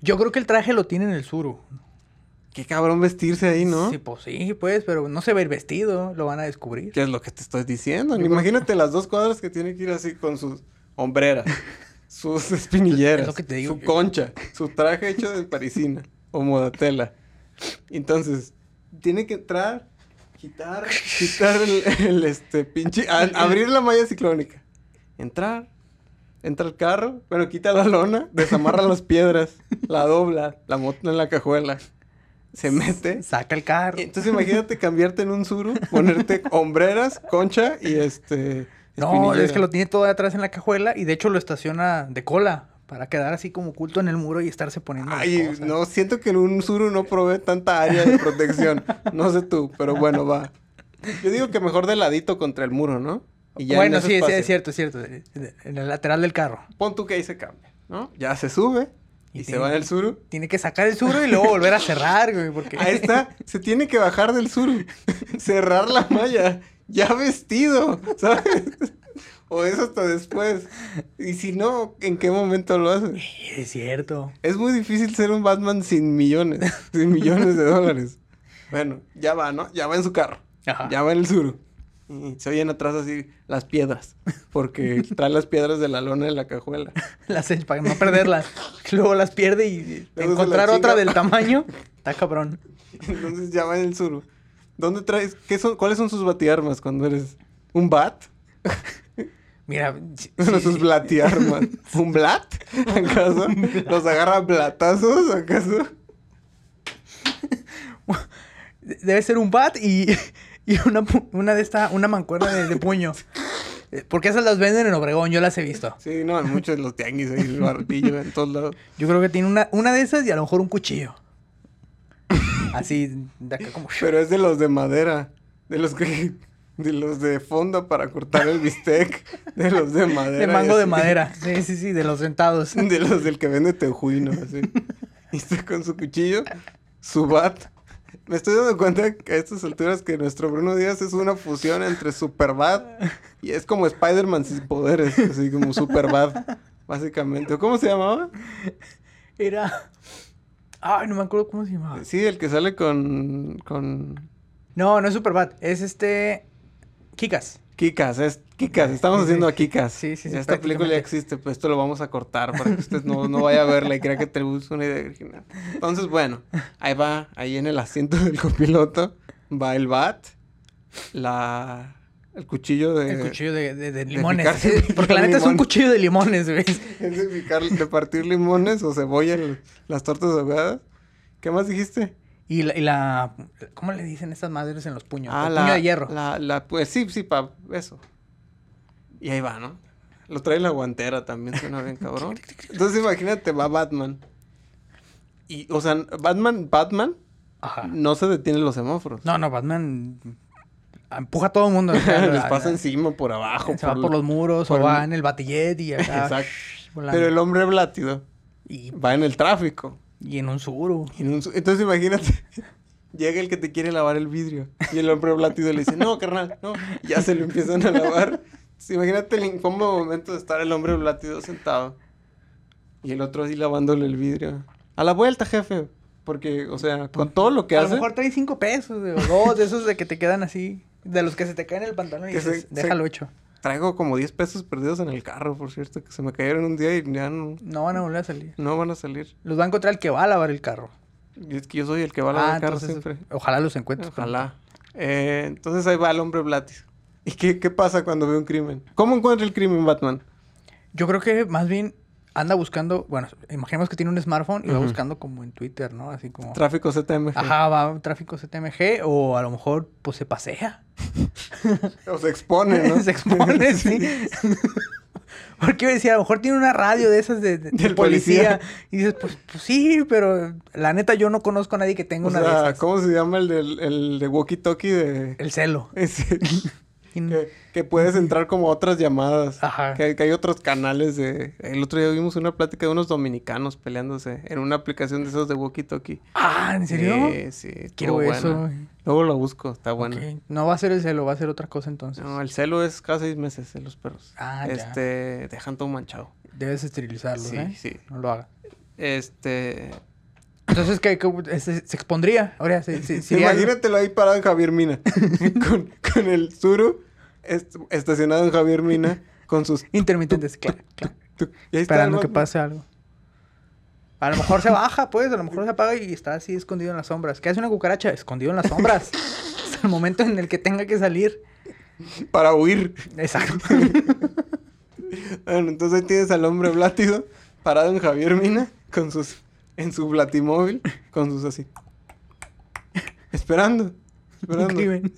Yo creo que el traje lo tiene en el suru.
qué cabrón vestirse ahí, ¿no?
Sí, pues sí, pues, pero no se ve el vestido, lo van a descubrir.
¿Qué es lo que te estoy diciendo? Imagínate las dos cuadras que tiene que ir así con sus
(laughs)
hombreras, sus espinilleras,
Es lo que te digo,
su
yo-
concha, su traje hecho de parisina o modatela. Entonces, tiene que entrar, quitar, quitar el, el, este pinche, a- abrir la malla ciclónica, entrar, entra el carro, pero quita la lona, desamarra las piedras, la dobla, la monta en la cajuela, se mete,
Saca el carro.
entonces imagínate cambiarte en un suru,
(laughs)
ponerte hombreras, concha y este.
No,
espinillera.
es que lo tiene todo atrás en la cajuela y de hecho lo estaciona de cola para quedar así como oculto en el muro y estarse poniendo. las
Ay,
cosas.
no, siento que en un suru no provee tanta área de protección. No sé tú, pero bueno, va. Yo digo que mejor de ladito contra el muro, ¿no? Y ya en
bueno,
ese
sí, sí,
espacio.
es cierto, es cierto. En el lateral del carro.
Pon tú que ahí se cambia, ¿no? Ya se sube y,
Y
se
tiene-
va en el suru.
Tiene que sacar el suro y luego volver a cerrar, güey, porque...
(laughs) Ahí está, se tiene que bajar del suru, (laughs) cerrar la malla, ya vestido, (laughs) ¿sabes? O eso hasta después. Y si no, ¿en qué momento lo haces?
Sí, Es cierto.
Es muy difícil ser un Batman sin millones, (laughs) sin millones de dólares. Bueno, ya va, ¿no? Ya va en su carro.
Ajá.
Ya va en el suru. Y se oyen atrás así las piedras, (laughs) porque trae las piedras de la lona de la cajuela. (laughs)
Las echa para no perderlas. (laughs) Luego las pierde y
Luego se
encontrar
las
otra
(laughs) chinga.
del tamaño. Está cabrón.
Entonces ya va en el suru. ¿Dónde traes? ¿Qué son, ¿Cuáles son sus batiarmas cuando eres un bat?
Mira, sí,
Bueno,
sí,
sus
sí.
blatiarmas. (laughs) ¿Un blat? ¿Acaso? ¿Los agarra a blatazos? ¿Acaso?
debe ser un bat y, (laughs) y una, pu- una de esta, una mancuerna de, de puño. Eh, Porque esas las venden en Obregón, yo las he visto.
Sí, no, en muchos los tianguis ahí, el barbillo en todos lados.
Yo creo que tiene una, una de esas y a lo mejor
(laughs)
un cuchillo. Así, de acá como...
Pero es de los de madera. De los que. De los de fonda para cortar el bistec. De los de madera.
De
y
mango de
así.
madera. Sí, sí, sí, de
(laughs)
los sentados.
De los del que vende tejuino, así. Y está con su cuchillo, su bat. Me estoy dando cuenta que a estas alturas que nuestro Bruno Díaz es una fusión entre Superbad y es como Spider-Man sin poderes, así como Superbad, básicamente. ¿O ¿Cómo se llamaba?
Era... Ay, no me acuerdo cómo se llamaba.
Sí, el que sale con. con.
No, no es Superbad. Es este... Kikas.
Kikas, es Kikas, estamos
Sí,
haciendo
sí.
a Kikas.
Sí, sí, sí,
Esta película ya
prácticamente.
existe, pues esto lo vamos a cortar para que usted no, no vaya a verla y crea que tenemos una idea original. Entonces, bueno, ahí va, ahí en el asiento del copiloto va el bat, la, el cuchillo Eh, de...
El cuchillo de, de- de limones.
picar-
Sí, (laughs)
(laughs)
Porque la neta es un
limón.
cuchillo de limones, güey.
(laughs) es de, picar- de partir limones o cebolla en las tortas ahogadas. ¿Qué más dijiste?
Y la, y la- ¿Cómo le dicen estas madres en los puños? el
Ah, la,
puño de hierro.
La, la- pues sí, sí, pa, eso. Y ahí va, ¿no? Lo trae en la guantera también, suena
(laughs)
bien cabrón. Entonces imagínate, va Batman. Y, o sea, Batman, Batman
Ajá.
no se detiene en los semáforos.
Ah. No, no, Batman empuja a todo el mundo. o
(laughs)
sea,
Les
la-
pasa
la-
encima, por abajo.
Se va por los muros
por
o va
el-
en el batillet y acá.
Exacto.
volando.
Pero el hombre blátido
y,
va en el tráfico.
y en un suru.
Y en un su- Entonces imagínate, (laughs) llega el que te quiere lavar el vidrio y el hombre blátido le dice, no, carnal, no, y ya se lo empiezan a lavar. Entonces, imagínate el incómodo momento de estar el hombre blátido sentado y el otro así lavándole el vidrio. A la vuelta, jefe, porque, o sea, con todo lo que
a
hace,
lo mejor trae cinco pesos güey, o dos de esos de que te quedan así. De los que se te caen en el pantalón y
Que se-
dices,
se-
déjalo hecho.
traigo como 10 pesos perdidos en el carro, por cierto, que se me cayeron un día y ya no,
No van a volver a salir.
no van a salir.
Los va a encontrar el que va a lavar el carro.
Y es que yo soy el que va a lavar el carro
Ah, entonces,
siempre.
Ojalá los encuentres. pero-
Ojalá. Eh, entonces ahí va el hombre Blatis. ¿Y qué, qué pasa cuando ve un crimen? ¿Cómo encuentra el crimen Batman?
Yo creo que más bien anda buscando, bueno, imaginemos que tiene un smartphone y va
Ujú.
buscando como en Twitter, ¿no? Así como...
Tráfico ZMG.
Ajá, va a un tráfico CTMG o a lo mejor pues se pasea.
O se expone, ¿no?
(laughs)
(laughs)
Se expone, sí. (laughs) Porque yo decía, a lo mejor tiene una radio de esas de, de- de
Del
policía.
policía.
Y dices, pues, pues sí, pero la neta yo no conozco a nadie que tenga
O
una de
sea,
esas.
¿cómo se llama el, del, el de walkie talkie de...
El celo. (laughs)
Ese,
Y-
que, que puedes entrar como a otras llamadas.
Ajá.
Que, que hay otros canales de... El otro día vimos una plática de unos dominicanos peleándose en una aplicación de esos de walkie talkie.
Ah, ¿en serio?
Sí, sí. estuvo
Quiero
buena.
eso.
Luego lo busco, está Eh, oh, bueno.
Ok, No va a ser el celo, va a ser otra cosa entonces.
No, el celo es cada seis meses en los perros.
Ah, ya.
este, dejan todo manchado.
Debes esterilizarlo,
Sí,
¿eh?
sí.
No lo haga.
Este.
Entonces, ¿qué, qué- se, se expondría? Ahora,
(laughs)
se, se- sería-
Imagínatelo ahí parado en Javier Mina. (laughs) con, con el suru est- estacionado en Javier Mina. Con sus.
Intermitentes, claro, claro.
tuc, y ahí está
esperando
el
que
Batman.
pase algo. A lo mejor se baja, pues, a lo mejor se apaga y está así escondido en las sombras. ¿Qué hace una cucaracha? Escondido en las sombras. Hasta el momento en el que tenga que salir.
Para huir.
Exacto.
Bueno, entonces ahí tienes al hombre blátido. Parado en Javier Mina. Con sus. En su blatimóvil. Con sus así. Esperando.
Un (laughs)
Esperando.
crimen.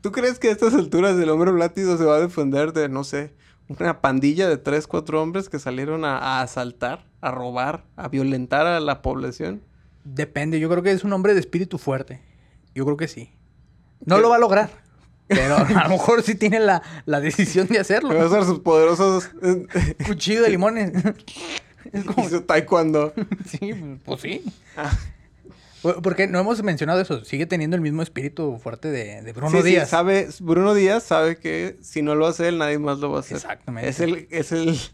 ¿Tú crees que a estas alturas el hombre blátido se va a defender de, no sé, una pandilla de tres, cuatro hombres que salieron a, a asaltar, a robar, a violentar a la población?
Depende, yo creo que es un hombre de espíritu fuerte. Yo creo que sí. No
¿Qué?
lo va a lograr. Pero a lo mejor sí tiene la, la decisión de
Que va a
hacerlo.
usar sus
(laughs)
poderosos... eh,
Cuchillo de limones. (laughs)
(laughs)
Es
y
como...
su taekwondo.
(laughs) Sí, pues sí.
Ah,
Por- Porque no hemos mencionado eso. Sigue teniendo el mismo espíritu fuerte de, de Bruno
sí, sí,
Díaz.
sabe, Bruno Díaz sabe que si no lo hace él, nadie más lo va a hacer.
Exactamente.
Es el... Es el... (laughs)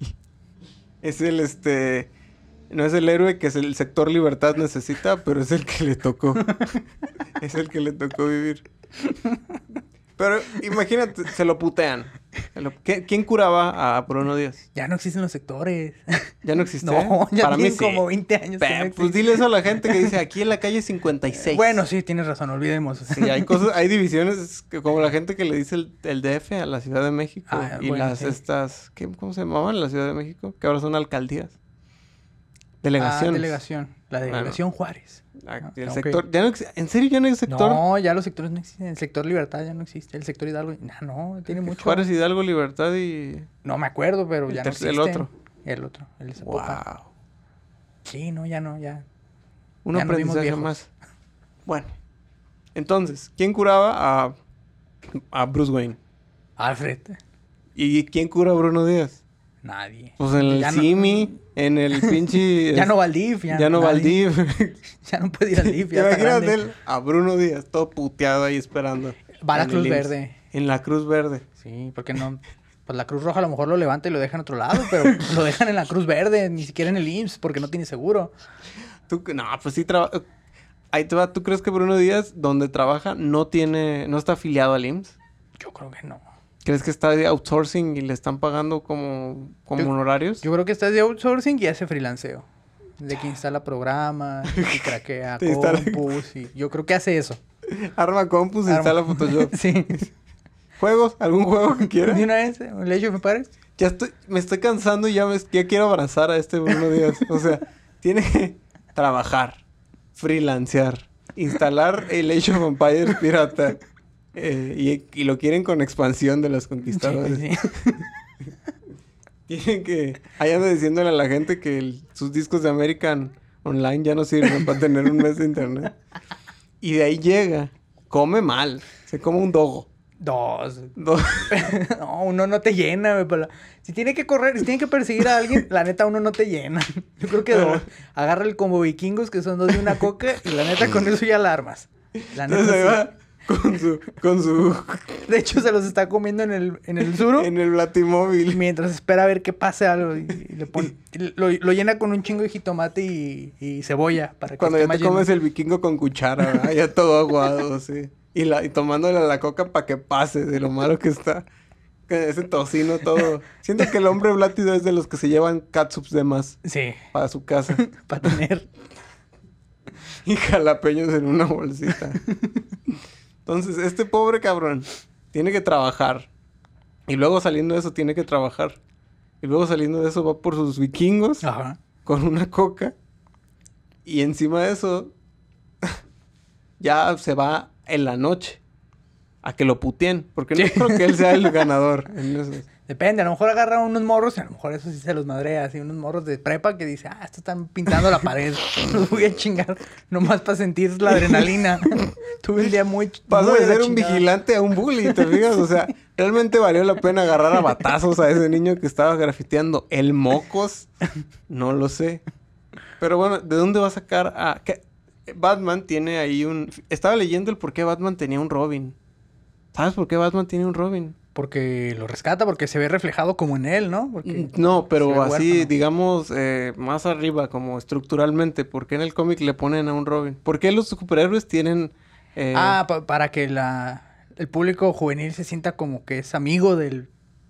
Es el, este... No es el héroe que es el sector libertad necesita, pero es el que le tocó. (laughs) es el que le tocó vivir. Pero imagínate, se lo putean. ¿Qui- ¿Quién curaba a Bruno Díaz?
Ya no existen los sectores. (laughs)
Ya no existe.
No, ya
Este, Para mí sí.
tienen como 20 años. que no
Pe-
existen.
pues dile eso a la gente que dice aquí en la calle 56.
Bueno, sí, tienes razón, olvidemos.
Sí, hay cosas, hay divisiones que- como la gente que le dice el, el DF a la Ciudad de México
Ah,
y
bueno,
las
sí.
estas, ¿qué- ¿cómo se llamaban en la Ciudad de México? Que ahora son alcaldías. (laughs) Delegaciones.
Ah, delegación. La delegación Juárez.
Ah, el
Ah, ok.
sector, ya no ex- en serio ya no hay sector.
No, ya los sectores no existen. El sector Libertad ya no existe. El sector Hidalgo. nah, no, tiene mucho.
Juárez Hidalgo Libertad y
No me acuerdo, pero
El
ya no
tercer-
existe.
el otro.
El otro. El Zapopan.
wow.
Sí, no, ya no, ya.
Un
Ya nos vimos
aprendizaje
viejos.
más. Bueno. Entonces, ¿quién curaba a a Bruce Wayne?
Alfred.
¿Y quién cura a Bruno Díaz?
Nadie.
Pues en el
Ya no-
Simi, en el pinche
(laughs) Ya no va al DIF. Ya,
ya no va al
nadie-
DIF.
(laughs) Ya no puede ir al DIF. ya está
Imagínate
grande.
él a Bruno Díaz, todo puteado ahí esperando.
Va a la
En el
Cruz
IMSS.
Verde.
En la Cruz Verde.
Sí, porque no. Pues la Cruz Roja a lo mejor lo levanta y lo deja en otro lado, pero (laughs) lo dejan en la Cruz Verde, ni siquiera en el IMSS, porque no tiene seguro.
Tú, que- no, pues sí trabaja. Ahí te va, ¿tú crees que Bruno Díaz, donde trabaja, no tiene, no está afiliado al IMSS?
Yo creo que no.
¿Crees que está de outsourcing y le están pagando como, como
Yo-
honorarios?
Yo creo que estás de outsourcing y hace freelanceo. De que instala programas, y craquea
(laughs) Te instala-
compus, y yo creo que hace eso.
Arma Compus,
Arma-
instala Photoshop.
(laughs) sí.
¿Juegos? ¿Algún juego que quieras?
De una vez, un lecho me pares.
Ya estoy, me estoy cansando y ya, me, ya quiero abrazar a este Bruno Díaz. O sea, tiene que trabajar, freelancear, instalar el Age of Empires pirata. eh, y, y lo quieren con expansión de los conquistadores.
Sí, (laughs) sí.
Tienen que... Ahí ando diciéndole a la gente que el- sus discos de American Online ya no sirven para tener un mes de internet. Y de ahí llega. Come mal. Se come un dogo.
Dos.
Do-
(laughs) No, uno no te llena, güey, para la- Si tiene que correr, si tiene que perseguir a alguien, la neta uno no te llena. (laughs) Yo creo que dos. Agarra el combo vikingos, que son dos de una coca, y la neta con eso ya la armas. La neta.
Entonces ahí
sí.
va con su... Con su
De hecho, se los está comiendo en el, en el suro.
en el Latimóvil.
Mientras espera a ver que pase algo y, y le
(laughs)
pone- y lo, lo llena con un chingo de jitomate y, y cebolla para que
Cuando
esté
ya
más
te
lleno.
comes el vikingo con cuchara, ¿verdad? ya todo aguado, sí. Y, la, y tomándole la coca para que pase de lo malo que está. Que Ese tocino todo. Siento que el hombre blátido es de los que se llevan catsups de más
Sí, (laughs)
para su casa.
para tener.
Y jalapeños en una bolsita. Entonces, este pobre cabrón tiene que trabajar. Y luego saliendo de eso tiene que trabajar. Y luego saliendo de eso va por sus vikingos.
Ajá.
con una coca. Y encima de eso, (laughs) ya se va en la noche a que lo puteen. Porque no creo que él sea el ganador
(laughs)
en esos.
Depende, a lo mejor agarra unos morros y a lo mejor eso sí se los madrea, así unos morros de prepa que dice, ah, estos están pintando la pared, (laughs) los voy a chingar nomás para sentir la
(laughs)
adrenalina. Tuve un día muy... ch-
Pasó
muy
de
la
ser un
chingada.
vigilante a un bully, ¿te fijas? O
(laughs)
sea, realmente valió la pena agarrar a batazos a ese niño que estaba grafiteando. ¿El mocos? No lo sé. Pero bueno, ¿de dónde va a sacar a...? qué? Batman tiene ahí un... Estaba leyendo el por qué Batman tenía un Robin. ¿Sabes por qué Batman tiene un Robin?
Porque lo rescata, porque se ve reflejado como en él, ¿no? Porque...
Mm,
eh,
No,
se ve
pero así,
huérfano.
digamos, eh, más arriba, como estructuralmente, ¿por qué en el cómic le ponen a un Robin? ¿Por qué los superhéroes tienen... eh,
Ah, pa- para que la, el público juvenil se sienta como que es amigo del...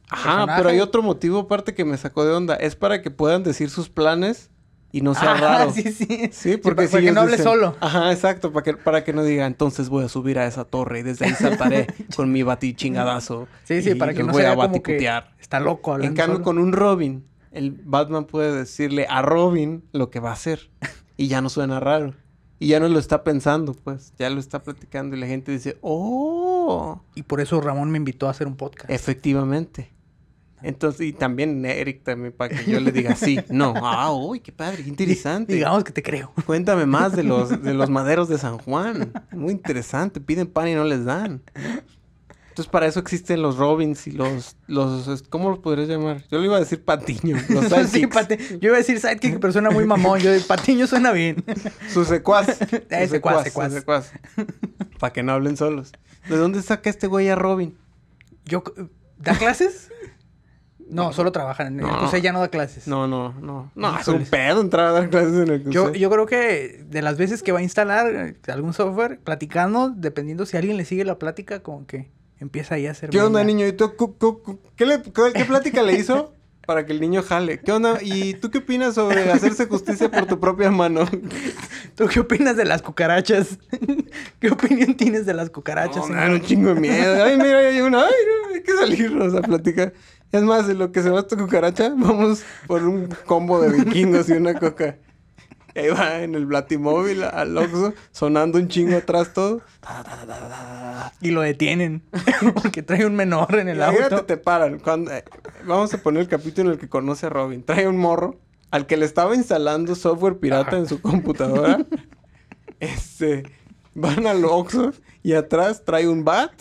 ajá,
personaje.
pero hay otro motivo aparte que me sacó de onda. Es para que puedan decir sus planes y (laughs) no sea
Ah, (laughs)
raro.
Sí, sí.
Sí, porque
pa- para
si
que
ellos
no hable
dicen-
solo.
Ajá, exacto, para que, para que no diga, entonces voy a subir a esa torre y desde ahí
(laughs)
saltaré con mi batichingadazo.
Sí, sí,
y
para que
los
no
voy
sea
a
como que
baticutear".
está loco hablando
En cambio,
solo.
con un Robin, el Batman puede decirle a Robin lo que va a
(laughs)
hacer. Y ya no suena raro. Y ya no lo está pensando, pues. Ya lo está platicando y la gente dice, oh,
Y por eso Ramón me invitó a hacer un podcast. (laughs)
efectivamente. Entonces, y también Eric también, para que yo le diga sí, no,
(laughs)
ah, uy, qué padre, qué interesante.
Digamos que te creo.
Cuéntame más de los, de los maderos de San Juan. Muy interesante. Piden pan y no les dan. Entonces, para eso existen los Robins y los... los es- ¿Cómo los podrías llamar? Yo le iba a decir patiño. Los
(laughs) Sí,
sidekicks.
Pati- Yo iba a decir sidekick, pero suena muy mamón. Yo patiño suena
(laughs)
bien.
Su secuaz.
(laughs)
Su
secuaz, Eh, secuaz.
su secuaz. Para que no hablen solos. ¿De dónde saca este güey a Robin?
Yo, ¿Da clases? No, solo trabajan. En el
No.
CUSEI ya no da clases.
No, no, no. No, es un
Híjoles.
pedo entrar a dar clases en el que
Yo,
usted-
yo creo que de las veces que va a instalar eh, algún software, platicando, dependiendo si alguien le sigue la plática, como que Empieza ahí a hacer.
¿Qué onda,
mella.
niño? ¿Y tú, cu- cu- cu- qué, le- cu- qué plática le hizo para que el niño jale? ¿Qué onda? ¿Y tú qué opinas sobre hacerse justicia por tu propia mano?
¿Tú qué opinas de las cucarachas? (laughs) ¿Qué opinión tienes de las cucarachas?
No, me
señor?
dan un chingo de miedo. Ay, mira, hay uno. Ay, no, hay que salirnos a platicar. Es más, en lo que se va esta cucaracha, vamos por un combo de vikingos y una coca. Y Ahí va en el Blatimóvil al Oxxo, sonando un chingo atrás todo.
Y lo detienen (laughs) porque trae un menor en el
Imagínate,
auto.
te paran. Cuando- eh, vamos a poner el capítulo en el que conoce a Robin. Trae un morro al que le estaba instalando software pirata en su
(laughs)
computadora. este, van al Oxxo y atrás trae un bat.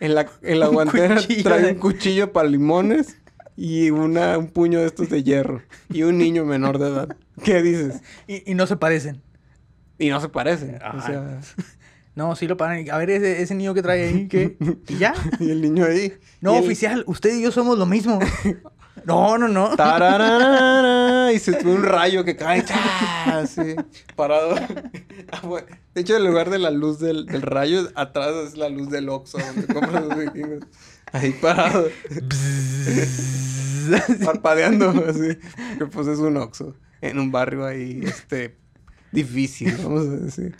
En la, en la
Un
guantera
cuchillo
trae
de-
un cuchillo para limones y una, un puño de estos de hierro. Y un niño menor de edad. ¿Qué dices?
Y, y no se parecen.
Y no se parecen. O
Ajá.
sea, (laughs)
No, sí lo paran. y, A ver, ese, ese niño que trae
(laughs)
ahí, ¿qué? ¿Y ya?
y el niño ahí.
No,
Y el-
oficial, usted y yo somos
(laughs)
lo mismo. No, no, no.
Tarararara, y se tuvo un rayo que cae ¡cha! así, parado. (laughs) Ah, bueno, De hecho, en lugar de la luz del, del rayo, atrás es la luz del Oxxo donde compras los vikingos. Ahí parado, parpadeando así. Que pues es un Oxxo en un barrio ahí, este, difícil, vamos a decir.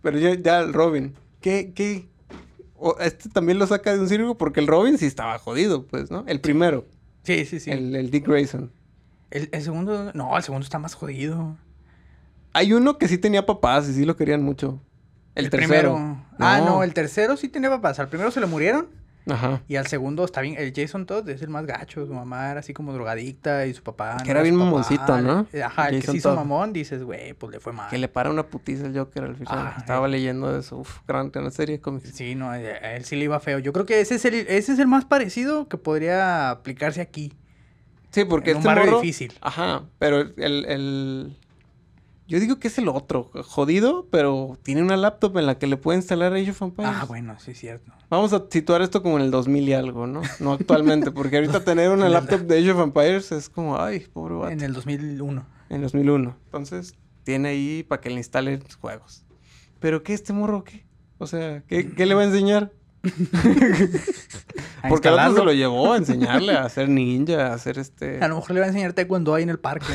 Pero ya, ya el Robin, ¿qué, qué? O- este también lo saca de un circo porque el Robin sí estaba jodido, pues, ¿no? El primero,
Sí, sí, sí. El,
el- el Dick Grayson.
el segundo, no, el segundo está más jodido.
Hay uno que sí tenía papás y sí lo querían mucho. El, tercero.
primero. Ah, no, el tercero sí tenía papás. Al primero se le murieron.
Ajá.
Y al segundo está bien, el Jason Todd es el más gacho, su mamá era así como drogadicta y su papá...
Que era bien
su papá,
mamoncito, ¿no?
le- Ajá, el que
Jason
se hizo
Todd.
mamón, dices, güey, pues le fue mal.
Que le para una putiza al Joker al final.
Ah,
Estaba leyendo de eso. Uf, gran, gran serie de cómics.
Sí, no, a a él sí le iba feo. Yo creo que ese es el, ese es el más parecido que podría aplicarse aquí.
Sí, porque
En un
este
barrio
morro-
difícil.
Ajá. Pero el, el... Yo digo que es el otro. Jodido, pero tiene una laptop en la que le puede instalar Age of Empires.
Ah, bueno, sí es cierto.
Vamos a situar esto como en el 2000 y algo, ¿no? No actualmente, porque
(laughs)
ahorita tener una laptop de Age of Empires es como... Ay, pobre vato.
En el 2001.
En 2001. Entonces, tiene ahí para que le instale sus juegos. ¿Pero qué este morro qué? O sea, ¿qué, qué le va a enseñar?
A
Porque al otro se
instalarlo.
lo llevó a enseñarle
(laughs)
a ser ninja, a hacer este...
A lo mejor le va a enseñar taekwondo ahí en
(laughs)
el parque.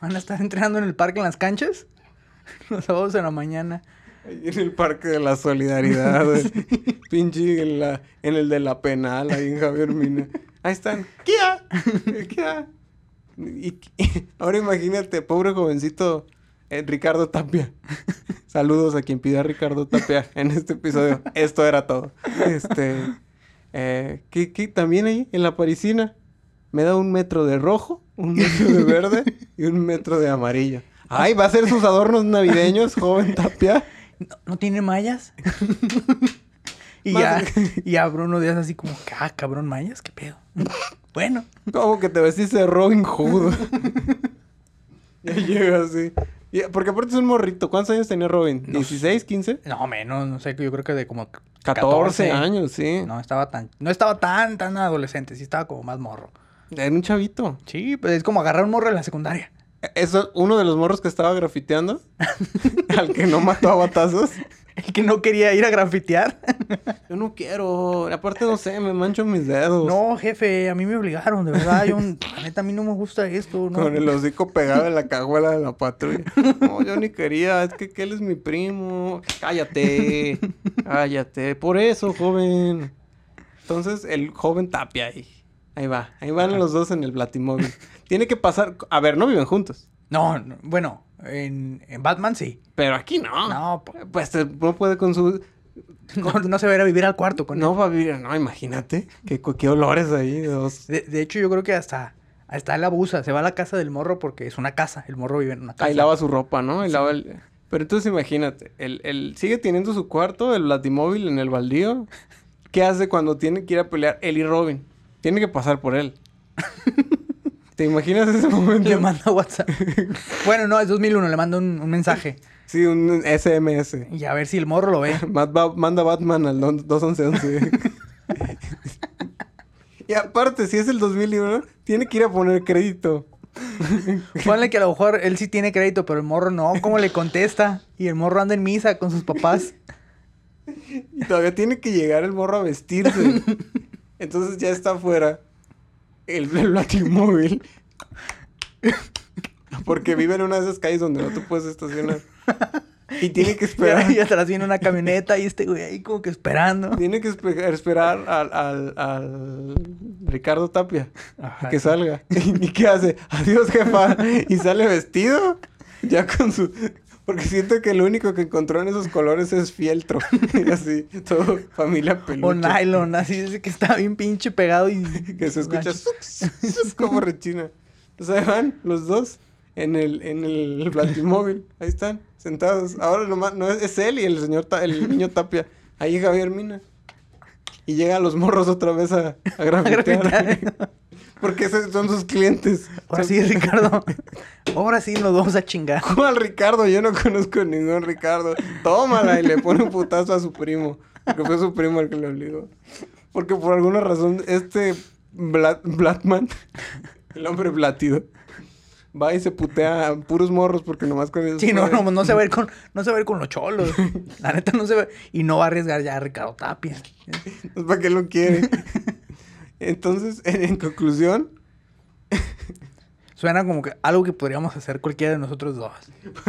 Van a estar entrenando en el parque en las canchas (laughs) los sábados en la mañana.
Ahí en el Parque de la Solidaridad. güey. Pinche en, la, en el de la penal, ahí en Javier Mina. Ahí están. ¡Kia! ¡Kia! Y, y- ahora imagínate, pobre jovencito eh, Ricardo Tapia. (laughs) Saludos a quien pidió a Ricardo Tapia en este episodio. Esto era todo. Este. Eh, ¿qué- qué? También ahí, en la parisina. Me da un metro de rojo, un metro de verde y un metro de amarillo. Ay, va a ser sus adornos navideños, joven Tapia.
¿No, no tiene mallas? (laughs) y, ya,
Más-
y ya Bruno Díaz así como, que, ah, cabrón, mallas, qué pedo. (laughs) bueno,
¿Cómo que te vestiste de Robin (laughs) Hood? ya llega así. Y- porque aparte es un morrito. ¿Cuántos años tenía Robin?
No sé.
¿16, 15?
no menos, no sé, yo creo que de como
14,
14.
años, sí.
No estaba tan, no estaba tan, tan adolescente, sí estaba como más morro.
Era un chavito. E,
Sí, pues es como agarrar un morro en la secundaria. (laughs)
Eso, uno de los morros que estaba (laughs) grafiteando, al que no mató a batazos.
El que no quería ir a grafitear.
Yo no quiero. Aparte, no sé, me mancho mis dedos.
no, jefe, a mí me obligaron, de verdad.
(laughs)
Yo, la neta, a mí no me gusta esto. No,
Con el hocico pegado en la cajuela de la patrulla. No, yo ni quería, es que, que él es mi primo. Cállate, cállate. Por eso, joven. Entonces, el joven tapia ahí. Ahí va, ahí van los dos en el Blatimóvil. Tiene que pasar. A ver, no viven juntos.
no, no, bueno, en, en Batman sí.
Pero aquí no.
No, po- (laughs)
Pues eh, no puede con su.
no, no se va a ir a vivir al cuarto con
No va a vivir. No, imagínate. Qué, qué olores ahí. Dos.
De, de hecho, yo creo que hasta, hasta él abusa. Se va a la casa del morro porque es una casa. El morro vive en una casa.
Ahí lava su ropa, ¿no? Ahí lava el... Pero entonces imagínate, el, el sigue teniendo su cuarto, el Latimóvil en el baldío. ¿Qué hace cuando tiene que ir a pelear él y Robin? Tiene que pasar por él. ¿Te imaginas ese momento? (laughs)
(laughs) Le manda WhatsApp. bueno, no, es 2001. Le manda un, un mensaje.
Sí, un SMS.
Y a ver si el morro lo ve.
Mat- ba- manda Batman al don- 211. y aparte, si es el 2001, tiene que ir a poner crédito.
Ponle que a lo mejor él sí tiene crédito, pero el morro no. ¿Cómo le contesta? Y el morro anda en misa con sus papás.
Y todavía tiene que llegar el morro a
(laughs)
vestirse. Entonces ya está afuera el, el Batimóvil. Porque vive en una de esas calles donde no te puedes estacionar. Y tiene que esperar.
(laughs) Y, atrás viene una camioneta y este güey ahí como que esperando.
Tiene que espe- esperar al, al- al Ricardo Tapia a
Ajá.
que salga. (laughs) ¿Y qué hace? Adiós, jefa. Y sale vestido. Ya con su. Porque siento que lo único que encontró en esos colores es fieltro. (laughs) Y así, todo familia
O
peluche.
nylon, así es que está bien pinche pegado y...
(laughs) Que se escucha suc, suc, suc, como rechina. O sea, van los dos en el, en el platimóvil. Ahí están, sentados. Ahora nomás, no es, es él y el señor, Ta- el niño Tapia. Ahí Javier Mina. Y llegan los morros otra vez
(laughs)
a, a grafitear.
grafitear.
(laughs) Porque esos son sus clientes.
Ahora
Son-
sí,
(laughs)
Ricardo. Ahora sí nos vamos a chingar.
¿Cuál Ricardo? Yo no conozco ningún Ricardo. Tómala y le pone un putazo a su primo. Porque fue su primo el que le obligó. Porque por alguna razón este Bla- Blackman, (laughs) el hombre blatido, va y se putea a puros morros porque nomás con eso.
Sí, no,
puede.
no, no se va a ir con, no se va a ir con
(laughs)
los cholos. La neta no se va. Y no va a arriesgar ya a Ricardo Tapia.
Pues, ¿Para qué lo quiere? Entonces, en, en conclusión,
Suena como que algo que podríamos hacer cualquiera de
(laughs)
nosotros dos.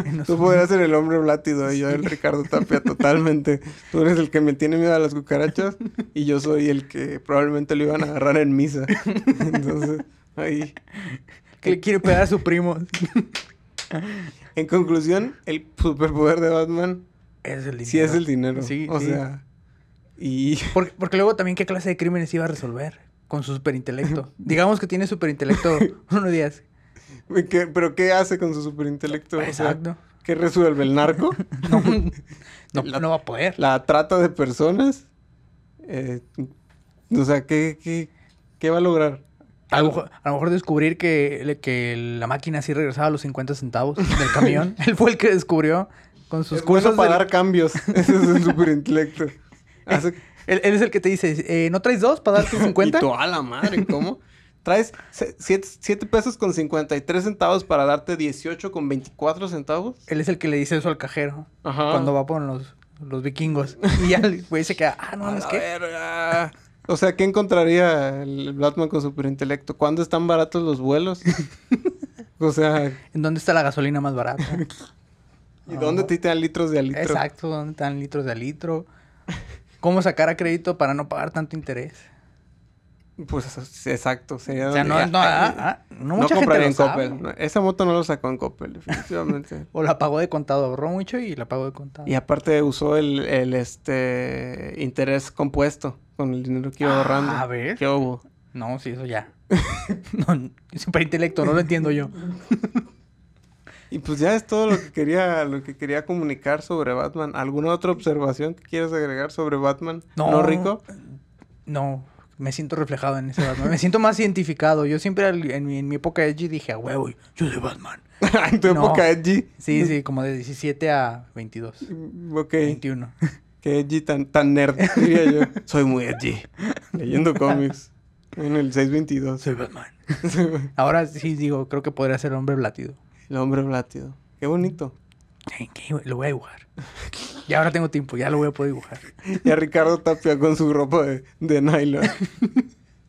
Y nos-
tú podrás ser el hombre blatido y yo el Ricardo
(laughs)
Tapia totalmente. Tú eres el que me tiene miedo a las cucarachas y yo soy el que probablemente lo iban a agarrar en misa. Entonces, ahí.
Que le quiere pegar a su primo. (laughs)
En conclusión, el superpoder de Batman
Es el dinero.
sí es el dinero.
Sí,
o
sí.
sea, y (laughs)
Porque, porque luego también qué clase de crímenes iba a resolver con su
(laughs)
superintelecto. Digamos que tiene superintelecto unos días.
¿qué- pero ¿qué hace con su superintelecto? O sea,
Exacto.
¿Qué resuelve el narco?
(laughs) No, no, no va a poder.
¿La trata de personas? Eh, o sea, ¿qué, qué, qué va a lograr?
A lo, mejor, a lo mejor descubrir que, le- que la máquina sí regresaba a los 50
(laughs)
centavos del camión. Él fue el que descubrió con sus
es
cursos.
bueno para
del-
dar cambios. (laughs) Ese es el superintelecto. Hace...
Él, él es el que te dice, eh, ¿no traes dos para darte
(laughs)
50?
Y tú, a la madre, ¿cómo? Traes 7 pesos con 53 centavos para darte 18 con 24 centavos.
él es el que le dice eso al cajero
Ajá.
cuando va por los, los vikingos. Y ya el güey se queda, ah, no,
A
es
la
que...
verga. O sea, ¿qué encontraría el Batman con superintelecto? ¿Cuándo están baratos los vuelos? o sea,
¿En dónde está la gasolina más barata?
(laughs) ¿y dónde te dan litros de alitro?
Exacto, ¿dónde están litros de a litro? ¿Cómo sacar a crédito para no pagar tanto interés?
Pues eso es- exacto. Sería
O sea, no,
donde-
no,
(laughs)
ah, ah, no mucha gente
compraría
lo
en
sabe.
Coppel. No, Esa moto no lo sacó en Coppel, definitivamente.
O la pagó de contado, ahorró mucho y la pagó de contado.
y aparte usó el, el, este interés compuesto con el dinero que iba
Ah,
ahorrando.
a ver.
¿Qué hubo?
No, sí, eso ya. (laughs) no, superintelecto, no lo entiendo yo.
Y pues ya es todo lo que (laughs) quería, lo que quería comunicar sobre Batman. ¿Alguna otra observación que quieras agregar sobre Batman? (laughs)
No.
¿No rico? (laughs)
No, me siento reflejado en ese Batman. Me siento más identificado. Yo siempre al- en mi, en mi época edgy dije, a huevo, yo soy Batman.
en tu
No.
época edgy.
Sí, sí, como de 17 a 22,
Mm, (laughs) Ok.
21.
Qué edgy tan, tan nerd, diría yo. (laughs) Soy muy edgy. Leyendo cómics. En el 622.
Soy Batman. (laughs) Ahora sí digo, creo que podría ser hombre blatido.
el hombre blátido. Qué bonito.
Ay, ¿qué? Lo voy a dibujar. Ya ahora tengo tiempo, ya lo voy a poder dibujar.
Y a Ricardo Tapia con su ropa de, de
(laughs)
nylon.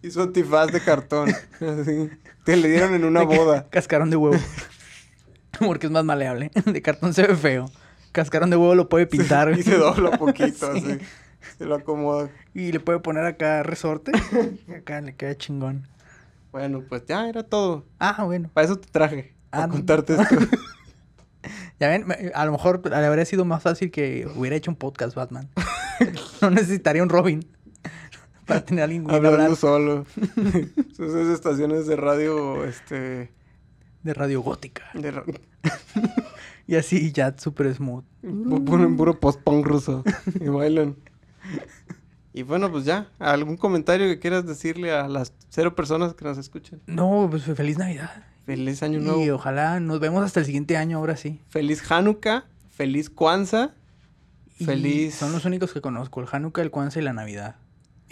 Y su antifaz de cartón. Así. Que le dieron en una
De ca-
boda.
Cascarón de huevo. (laughs) Porque es más maleable. (laughs) De cartón se ve feo. Cascarón de huevo lo puede pintar.
(laughs) Y se dobla poquito
(laughs) Sí.
así. Se lo acomoda.
Y le puede poner
(laughs)
acá resorte. Y acá le queda chingón.
Bueno, pues ya era todo.
Ah, bueno.
Para eso te traje. Para
Ah, no. (laughs)
contarte esto.
Ya ven, me- a lo mejor le habría sido más fácil que hubiera hecho un podcast
(laughs)
Batman. no necesitaría un Robin (laughs) para tener a alguien con quien
hablando
hablar (laughs)
solo. Sus estaciones de radio, este...
de radio gótica.
de ra-
Y así ya super smooth.
Pu- Ponen
Mm.
puro post-punk ruso y bailan. Y bueno, pues ya, ¿algún comentario que quieras decirle a las cero personas que nos escuchan?
No, pues feliz Navidad.
Feliz Año Nuevo.
Y ojalá nos vemos hasta el siguiente año, ahora sí.
Feliz Hanukkah, feliz Kwanzaa
Y
Feliz-
Son los únicos que conozco, el Hanukkah, el Kwanzaa y la Navidad.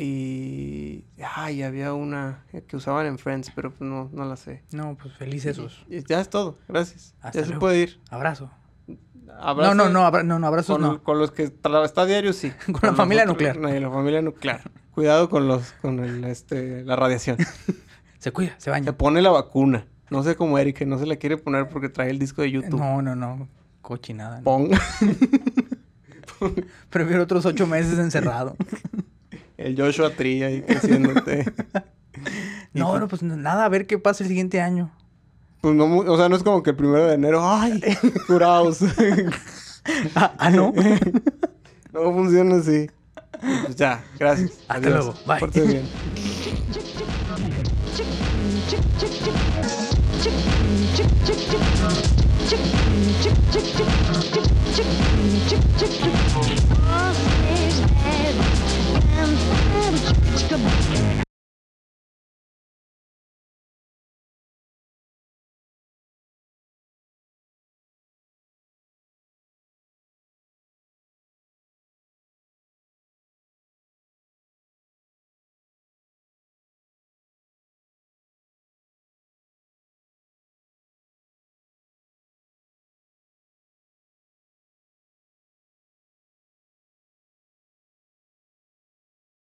y... Ay, había una que usaban en Friends, pero pues no, no la sé.
No, pues feliz esos.
Y ya es todo, gracias.
Hasta
ya se
luego.
puede ir.
Abrazo. No,
abrazos-
no, no, abra- no, no, abrazos
Con,
no.
con los que tra- está diario, sí.
(laughs) Con la familia
los otros-
nuclear.
no, y la familia nuclear. Cuidado con los, con el, este, la
(laughs)
radiación.
Se cuida, se
Se
baña.
pone la vacuna. No sé cómo Eric, que no se la quiere poner porque trae el disco de YouTube.
No, no, no. Cochinada. no.
Ponga (laughs)
Prefiero otros ocho meses (laughs) encerrado.
el Joshua Tree ahí creciéndote.
(laughs) No, no, pues nada, a ver qué pasa el siguiente año.
Pues no, mu- o sea, no es como que el primero de enero, (laughs) ¡ay! Curaos.
Ah, ah, (laughs) no.
no funciona así. Y pues ya, gracias.
Hasta
Adiós.
luego. Bye.
Pórtate bien.
Chick, chick, chick, chick, chick, chick, chick, chick, chick, chick, chick, chick.